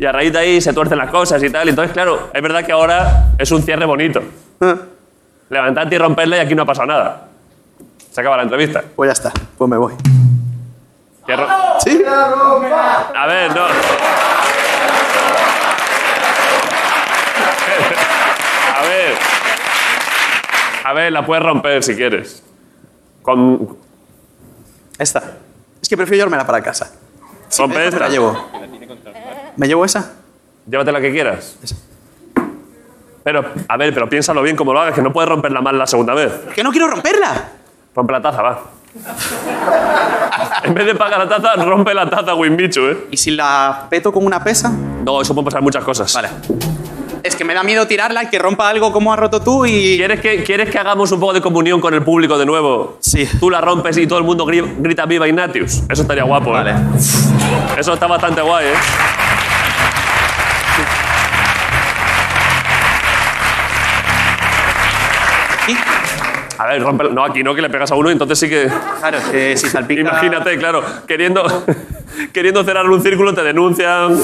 Y a raíz de ahí se tuercen las cosas y tal. Entonces, claro, es verdad que ahora es un cierre bonito.
Ah,
Levantarte y romperla y aquí no ha pasado nada. Se acaba la entrevista.
Pues ya está, pues me voy.
Que ro-
¿Sí?
A ver, no. A ver. A ver, la puedes romper si quieres. Con,
Esta. Es que prefiero llevármela para casa. Si
rompe
me dejo, me
esta.
la llevo. ¿Me llevo esa?
Llévate la que quieras. Pero, a ver, pero piénsalo bien como lo hagas, que no puedes romperla mal la segunda vez.
¡Que no quiero romperla!
Rompe la taza, va. en vez de pagar la taza, rompe la taza, Winbichu, ¿eh?
¿Y si la peto con una pesa?
No, eso puede pasar muchas cosas.
Vale. Es que me da miedo tirarla y que rompa algo como has roto tú y...
¿Quieres que, ¿Quieres que hagamos un poco de comunión con el público de nuevo?
Sí.
Tú la rompes y todo el mundo gri- grita Viva Ignatius. Eso estaría guapo, ¿eh?
Vale.
Eso está bastante guay, ¿eh?
Aquí.
A ver, rompe. No, aquí no, que le pegas a uno y entonces sí que.
Claro, es que si salpica...
Imagínate, claro, queriendo, queriendo cerrar un círculo te denuncian.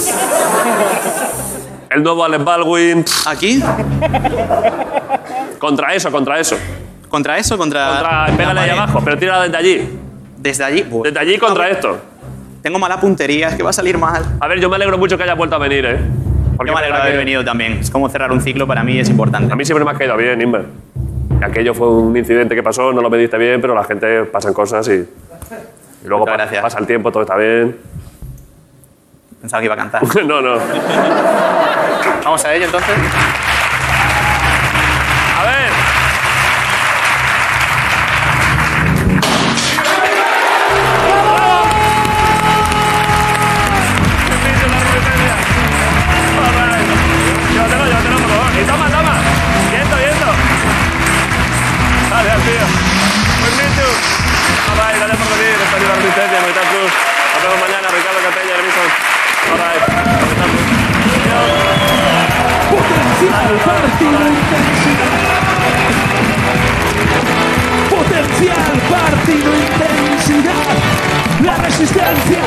El nuevo Alex Baldwin.
Aquí.
Contra eso, contra eso.
Contra eso, contra...
Contra,
Ah, la
pégale ahí
pared.
abajo, pero tírala desde allí.
Desde allí. Buah.
Desde allí contra esto.
Tengo mala puntería, es que va a salir mal.
A ver, yo me alegro mucho que hayas vuelto a venir, ¿eh? Porque
Yo me alegro de
es verdad
haber
que-
venido también. Es como cerrar un ciclo para mí es importante.
A mí siempre me has caído bien, Inver. Aquello fue un incidente que pasó, no lo mediste bien, pero la gente pasan cosas y, y luego
Muchas
pa-
gracias.
pasa el tiempo, todo está bien.
Pensaba que iba a cantar.
no, no.
Vamos a ello entonces.
A ver. Llévatelo, llévatelo, por favor. Y toma, toma. Quieto, quieto. Gracias, tío. Buen mito. Cruz. All right, gracias por venir. Esta ha sido la resistencia. Movistar Cruz. Nos vemos mañana. Ricardo Catella, Grison. All right. Movistar Plus.
Potencial partido intensidad. Potencial partido intensidad. La resistencia.